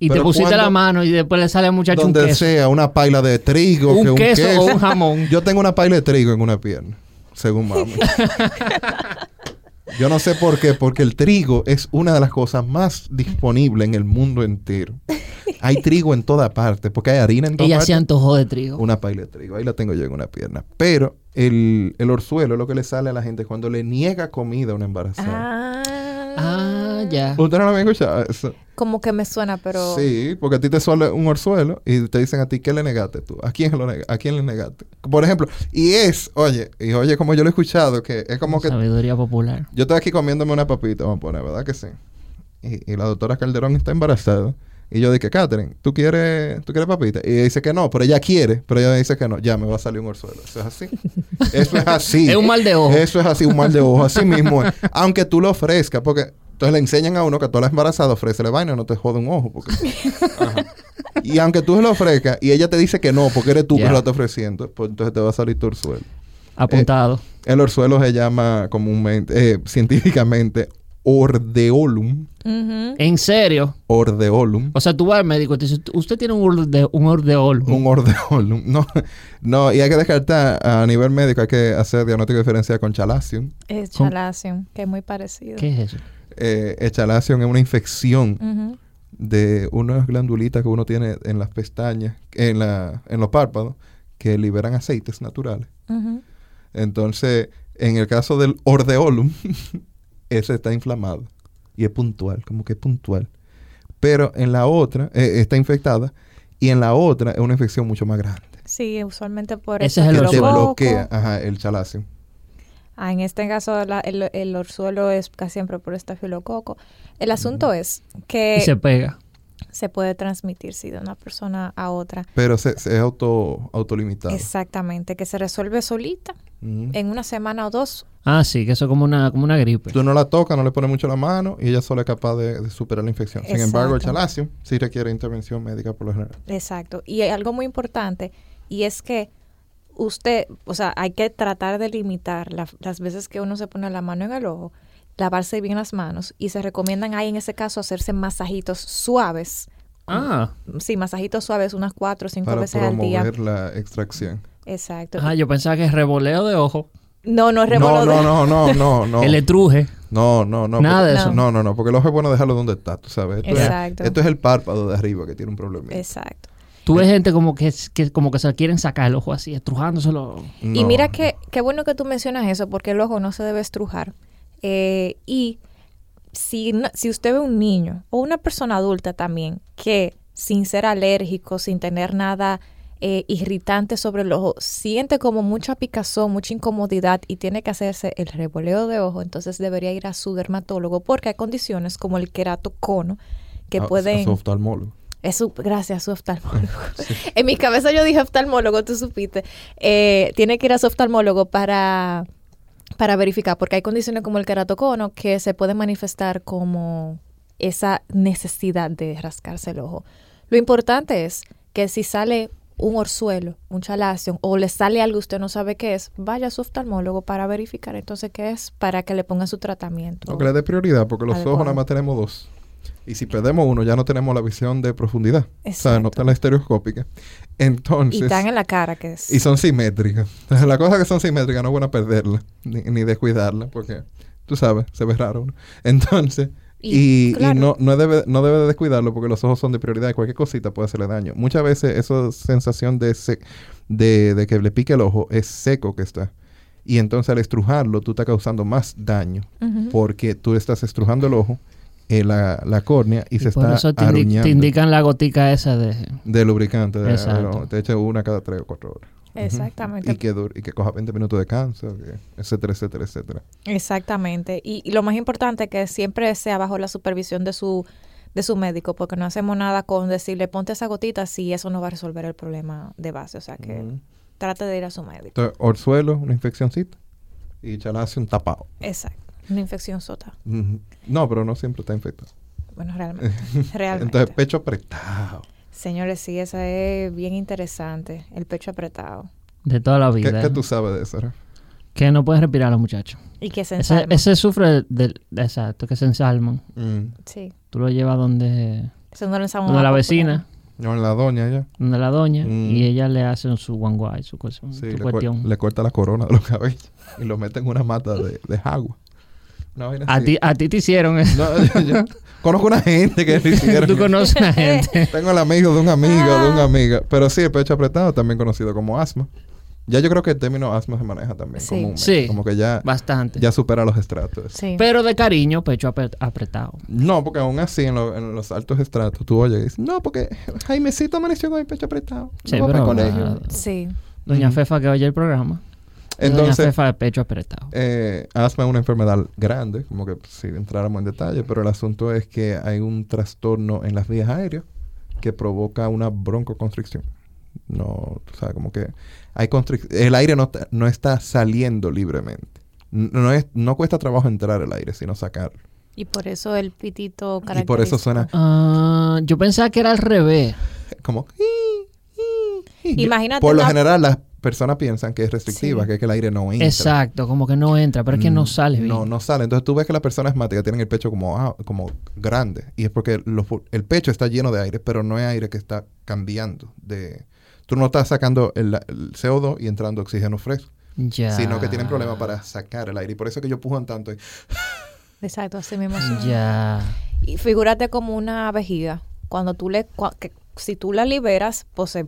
Y te
Pero
pusiste
cuando-
la mano y después le sale al muchacho un
donde
queso.
sea, una paila de trigo,
Un
que un
queso
queso,
o un jamón.
Yo tengo una paila de trigo en una pierna, según mami. Yo no sé por qué, porque el trigo es una de las cosas más disponibles en el mundo entero. Hay trigo en toda parte, porque hay harina en toda
Ella
parte.
se antojó de trigo.
Una paila de trigo, ahí la tengo yo en una pierna. Pero el, el orzuelo es lo que le sale a la gente cuando le niega comida a una
Ah.
embarazada.
Ah, ya.
¿Usted no lo había escuchado eso?
Como que me suena, pero...
Sí, porque a ti te suele un orzuelo y te dicen a ti, ¿qué le negaste tú? ¿A quién, lo neg- ¿A quién le negaste? Por ejemplo, y es, oye, y oye, como yo lo he escuchado, que es como que
Sabiduría popular.
yo estoy aquí comiéndome una papita, vamos a poner, ¿verdad que sí? Y, y la doctora Calderón está embarazada. Y yo dije, Catherine, ¿tú quieres, ¿tú quieres papita? Y ella dice que no, pero ella quiere, pero ella dice que no. Ya, me va a salir un orzuelo. Eso es así. Eso es así.
Es un mal de ojo.
Eso es así, un mal de ojo. Así mismo es. Aunque tú lo ofrezcas, porque entonces le enseñan a uno que a todas las embarazadas ofrécele vaina, no te jode un ojo. Porque... Ajá. Y aunque tú se lo ofrezcas y ella te dice que no, porque eres tú que
Ya.
lo estás ofreciendo, pues entonces te va a salir tu orzuelo.
Apuntado.
El orzuelo se llama comúnmente, eh, científicamente, ordeolum. Eh.
Ujú.
¿Mm? En serio.
Ordeolum.
O sea, tú vas al médico y te dice, usted tiene un, orde, un ordeol.
Un ordeolum. No, no, y hay que descartar a nivel médico, hay que hacer diagnóstico diferencial con chalación.
Es
¿Cómo?
chalación, que es muy parecido.
¿Qué es eso?
Eh, el chalación es una infección
Ujú.
de unas glandulitas que uno tiene en las pestañas, en, la, en los párpados, que liberan aceites naturales.
Ujú.
Entonces, en el caso del ordeolum, ese está inflamado y es puntual, como que es puntual. Pero en la otra, eh, está infectada y en la otra es una infección mucho más grande.
Sí, usualmente por
Ese
eso
es el
que te
orzuelo.
bloquea ajá, el chalacio.
Ah, en este caso la- el, el orzuelo es casi siempre por estafilococo. El asunto es que
y se pega.
se puede transmitir sí, de una persona a otra.
Pero se, se es auto, autolimitado.
Exactamente, que se resuelve solita
Ujú.
en una semana o dos.
Ah, sí, que eso es como una, como una gripe.
Tú no la tocas, no le pones mucho la mano y ella solo es capaz de, de superar la infección. Sin embargo, el
Exacto.
chalacio sí requiere intervención médica por lo general.
Exacto. Y hay algo muy importante y es que usted, o sea, hay que tratar de limitar la- las veces que uno se pone la mano en el ojo, lavarse bien las manos y se recomiendan ahí en ese caso hacerse masajitos suaves.
Ah,
Sí, masajitos suaves unas cuatro o cinco
Para
veces al día.
promover la extracción.
Exacto.
ah, yo pensaba que revoleo de ojo,
No, no es
No,
revolver.
no, no, no, no, no.
el etruje.
No, no, no.
Nada
porque-
de
eso.
No, no, no, porque el ojo es bueno dejarlo donde está, tú sabes. Esto,
Exacto.
Es, esto es el párpado de arriba que tiene un problema.
Exacto.
Tú
Eh.
ves gente como que, que como que se quieren sacar el ojo así, estrujándoselo.
Y mira que, qué bueno que tú mencionas eso, porque el ojo no se debe estrujar. Eh, y si, no- si usted ve un niño o una persona adulta también que sin ser alérgico, sin tener nada eh, irritante sobre el ojo, siente como mucha picazón, mucha incomodidad y tiene que hacerse el revoleo de ojo, entonces debería ir a su dermatólogo porque hay condiciones como el queratocono que pueden...
Su Ah, oftalmólogo.
Es su, gracias, su oftalmólogo. En mi cabeza yo dije oftalmólogo, tú supiste. Eh, tiene que ir a su oftalmólogo para, para verificar, porque hay condiciones como el queratocono que se pueden manifestar como esa necesidad de rascarse el ojo. Lo importante es que si sale un orzuelo, un chalación o le sale algo que usted no sabe qué es, vaya a su oftalmólogo para verificar entonces qué es, para que le ponga su tratamiento.
No que le dé prioridad, porque los
Adecuado.
ojos nada más tenemos dos. Y si perdemos uno, ya no tenemos la visión de profundidad. O sea,
Exacto.
no está la estereoscópica. Entonces.
y tan en la cara que es.
Y son simétricas. Entonces, las cosas que son simétricas no es buena perderla, ni, ni descuidarla, porque tú sabes, se ve raro uno. Entonces,
Y,
y, y
claro.
no, no, debe, no debe de descuidarlo porque los ojos son de prioridad y cualquier cosita puede hacerle daño. Muchas veces esa sensación de, se- de, de que le pique el ojo es seco que está. Y entonces al estrujarlo tú estás causando más daño
Ujú.
porque tú estás estrujando el ojo, eh, la, la córnea y, se
por
está
eso te, indi-
aruñando
te indican la gotica esa de...
de lubricante. de-
Exacto.
te echa una cada tres o cuatro horas. Ujú.
Exactamente.
Y que, dure- y que coja 20 minutos de descanso, que- etcétera, etcétera, etcétera.
Exactamente. Y, y lo más importante es que siempre sea bajo la supervisión de su, de su médico, porque no hacemos nada con decirle ponte esa gotita si eso no va a resolver el problema de base. O sea que
Ujú.
trate de ir a su médico.
Entonces, orzuelo, una infeccióncita y chalacio, un tapado.
Exacto. Una infección sota.
Ujú. No, pero no siempre está infectado.
Bueno,
Eh.
realmente. realmente.
Entonces, pecho apretado.
Señores, sí, esa es bien interesante. El pecho apretado.
De toda la
¿Qué,
vida.
qué
¿eh?
tú sabes de eso? Rafa?
Que no puedes respirar a los muchachos.
Y que se
Ese,
ensalma.
ese sufre del... Exacto, que se ensalman.
Mm.
Sí.
Tú lo llevas donde...
Eso no lo usamos
Donde la
más
vecina,
No, la doña ya.
donde la doña,
Mm.
y ella le hace su guanguay, su, cosa-
Sí,
su
le, cuer-
Mm, cuestión.
le corta la corona de los cabellos y lo mete en una mata de, de agua. Una vaina
A
así.
ti, a ti te hicieron eso.
No, yo, yo conozco una gente que lo hicieron.
Tú conoces a gente.
Tengo el amigo de un amigo,
Ah.
de una amiga. Pero sí, el pecho apretado, también conocido como asma. Ya yo creo que el término asma se maneja también
Sí.
comúnmente.
Sí.
Como que ya,
Bastante.
ya supera los estratos.
Sí.
Pero de cariño, pecho apre- apretado.
No, porque aún así en, lo- en los altos estratos tú oyes, y dices, no, porque Jaimecito amaneció con el pecho apretado.
Sí,
no va
pero
para el colegio".
nada.
Sí.
Doña
Ujú.
Fefa que oye el programa. Doña
Entonces,
Fefa de pecho apretado.
eh, asma es una enfermedad grande, como que si entráramos en detalle, pero el asunto es que hay un trastorno en las vías aéreas que provoca una broncoconstricción. No, o sea, como que hay constric- el aire no, ta- no está saliendo libremente. N- No, es, no cuesta trabajo entrar el aire, sino sacarlo.
Y por eso el pitito
Y por eso suena
Ah, yo pensaba que era al revés.
como...
Imagínate
Por lo
una-
general, las personas piensan que es restrictiva,
Sí.
que es que el aire no entra.
Exacto, como que no entra, pero es que no
Mm,
sale bien.
No, no sale. Entonces tú ves que las personas asmáticas tienen el pecho como, ah, como grande. Y es porque los fu- el pecho está lleno de aire, pero no es aire que está cambiando. de Tú no estás sacando el, el CO2 y entrando oxígeno fresco,
Ya.
sino que tienen problemas para sacar el aire. Y por eso es que ellos pujan tanto. y-
Exacto, así mismo.
Ya.
Y figúrate como una vejiga. Cuando tú le, cua- que si tú la liberas, pues se,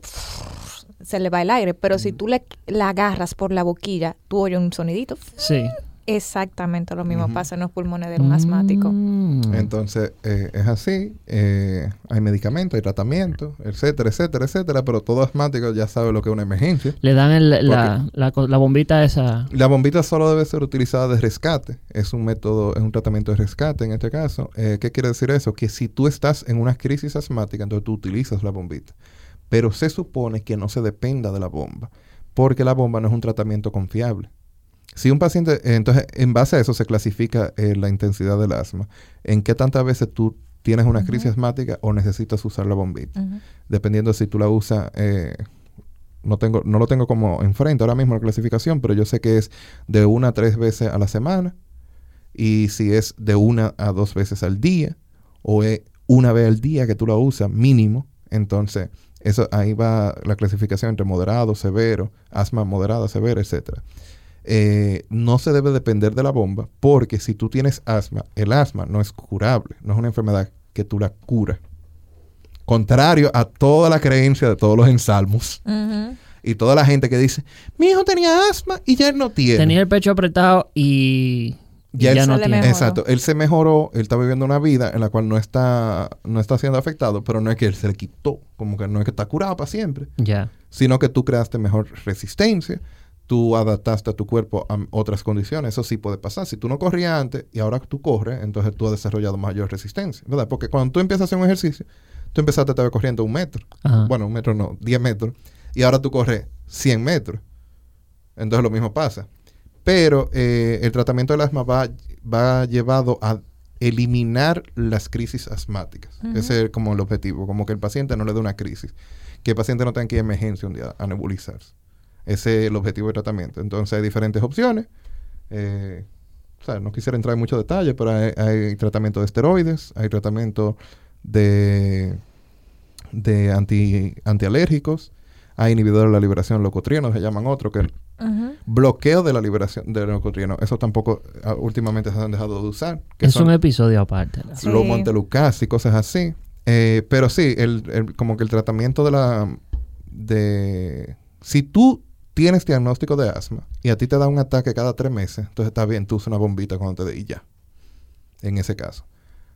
se le va el aire. Pero si tú le, la agarras por la boquilla, tú oyes un sonidito.
Sí.
Exactamente lo mismo
Ujú.
pasa en los pulmones de un asmático.
Mm.
Entonces eh, es así. eh, hay medicamentos, hay tratamientos, etcétera, etcétera, etcétera. Pero todo asmático ya sabe lo que es una emergencia.
Le dan el- la, la co- la bombita esa.
La bombita solo debe ser utilizada de rescate. Es un método, es un tratamiento de rescate en este caso. Eh, ¿Qué quiere decir eso? Que si tú estás en una crisis asmática, entonces tú utilizas la bombita. Pero se supone que no se dependa de la bomba, porque la bomba no es un tratamiento confiable. Si un paciente, eh, entonces en base a eso se clasifica eh, la intensidad del asma, en qué tantas veces tú tienes una crisis asmática o necesitas usar la bombita
Ujú.
dependiendo si tú la usas. eh, no, tengo, no lo tengo como enfrente ahora mismo la clasificación, pero yo sé que es de una a tres veces a la semana. Y si es de una a dos veces al día, o es una vez al día que tú la usas, mínimo, entonces eso ahí va la clasificación entre moderado, severo, asma moderada, severa, etcétera. Eh, no se debe depender de la bomba, porque si tú tienes asma, el asma no es curable, no es una enfermedad que tú la curas. Contrario a toda la creencia de todos los ensalmos
Ujú.
y toda la gente que dice, mi hijo tenía asma y ya él no tiene.
Tenía el pecho apretado y. y
Ya
Ya,
él
no
sale
tiene.
mejor.
Exacto, él se mejoró, él está viviendo una vida en la cual no está, no está siendo afectado, pero no es que él se le quitó, como que no es que está curado para siempre,
Ya.
sino que tú creaste mejor resistencia, tú adaptaste a tu cuerpo a otras condiciones, eso sí puede pasar. Si tú no corrías antes y ahora tú corres, entonces tú has desarrollado mayor resistencia, ¿verdad? Porque cuando tú empiezas a hacer un ejercicio, tú empezaste a estar corriendo un metro,
Ajá.
bueno, un metro no, 10 metros. Y ahora tú corres 100 metros. Entonces lo mismo pasa. Pero eh, el tratamiento del asma va, va llevado a eliminar las crisis asmáticas. Ese es como el objetivo, como que el paciente no le dé una crisis. Que el paciente no tenga que ir a emergencia un día a nebulizarse. Ese es el objetivo del tratamiento. Entonces hay diferentes opciones. Eh, o sea, no quisiera entrar en mucho detalle, pero hay, hay tratamiento de esteroides, hay tratamiento de, de anti, antialérgicos, hay inhibidores de la liberación de leucotrienos, se llaman otro, que
Ujú.
bloqueo de la liberación de leucotrienos. Eso tampoco ah, últimamente se han dejado de usar. Que
Es
son-
un episodio aparte. ¿no?
Sí.
los Montelucas y cosas así. Eh, pero sí, el, el- como que el tratamiento de la... de Si tú tienes diagnóstico de asma y a ti te da un ataque cada tres meses, entonces está bien, tú usas una bombita cuando te dé y ya. En ese caso.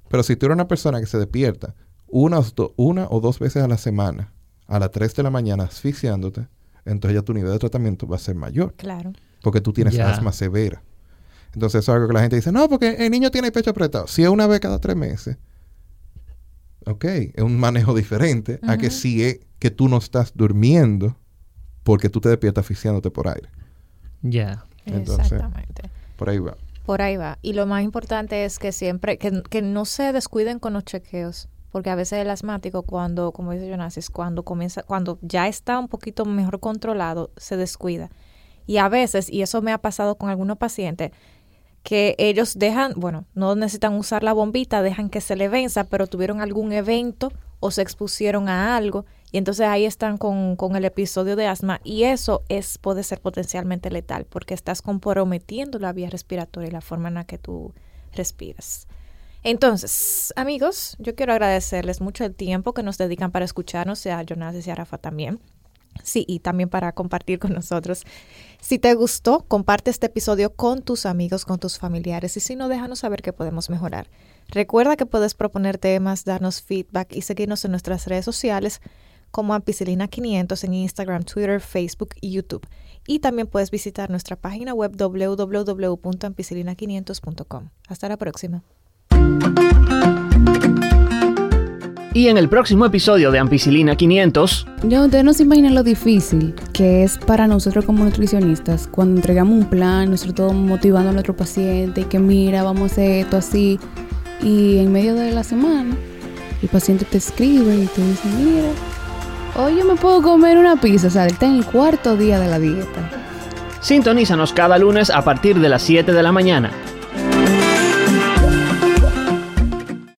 Pero si tú eres una persona que se despierta una o, do- una o dos veces a la semana, a las 3 de la mañana asfixiándote, entonces ya tu nivel de tratamiento va a ser mayor
Claro.
porque tú tienes
Ya.
asma severa. Entonces, eso es algo que la gente dice, no, porque el niño tiene el pecho apretado. Si es una vez cada tres meses, ok, es un manejo diferente a que
Ujú.
si es que tú no estás durmiendo porque tú te despiertas asfixiándote por aire.
Ya.
Entonces-
Exactamente.
Por ahí va.
Por ahí va. Y lo más importante es que siempre, que, que no se descuiden con los chequeos. Porque a veces el asmático, cuando, como dice Jonasis, cuando comienza, cuando ya está un poquito mejor controlado, se descuida. Y a veces, y eso me ha pasado con algunos pacientes, que ellos dejan, bueno, no necesitan usar la bombita, dejan que se le venza, pero tuvieron algún evento o se expusieron a algo. Y entonces ahí están con, con el episodio de asma. Y eso es, puede ser potencialmente letal, porque estás comprometiendo la vía respiratoria y la forma en la que tú respiras. Entonces, amigos, yo quiero agradecerles mucho el tiempo que nos dedican para escucharnos, y a Jonas y a Rafa también. Sí, y también para compartir con nosotros. Si te gustó, comparte este episodio con tus amigos, con tus familiares y si no, déjanos saber que podemos mejorar. Recuerda que puedes proponer temas, darnos feedback y seguirnos en nuestras redes sociales como Ampicilina500 en Instagram, Twitter, Facebook y YouTube. Y también puedes visitar nuestra página web www.ampicilina500.com. Hasta la próxima.
Y en el próximo episodio de Ampicilina 500,
Ya ustedes no se imaginan lo difícil que es para nosotros como nutricionistas cuando entregamos un plan, nosotros todos motivando a nuestro paciente y que mira, vamos a hacer esto así. Y en medio de la semana, el paciente te escribe y te dice, mira, Hoy yo me puedo comer una pizza, o sea, está en el cuarto día de la dieta.
Sintonízanos cada lunes a partir de las 7 de la mañana.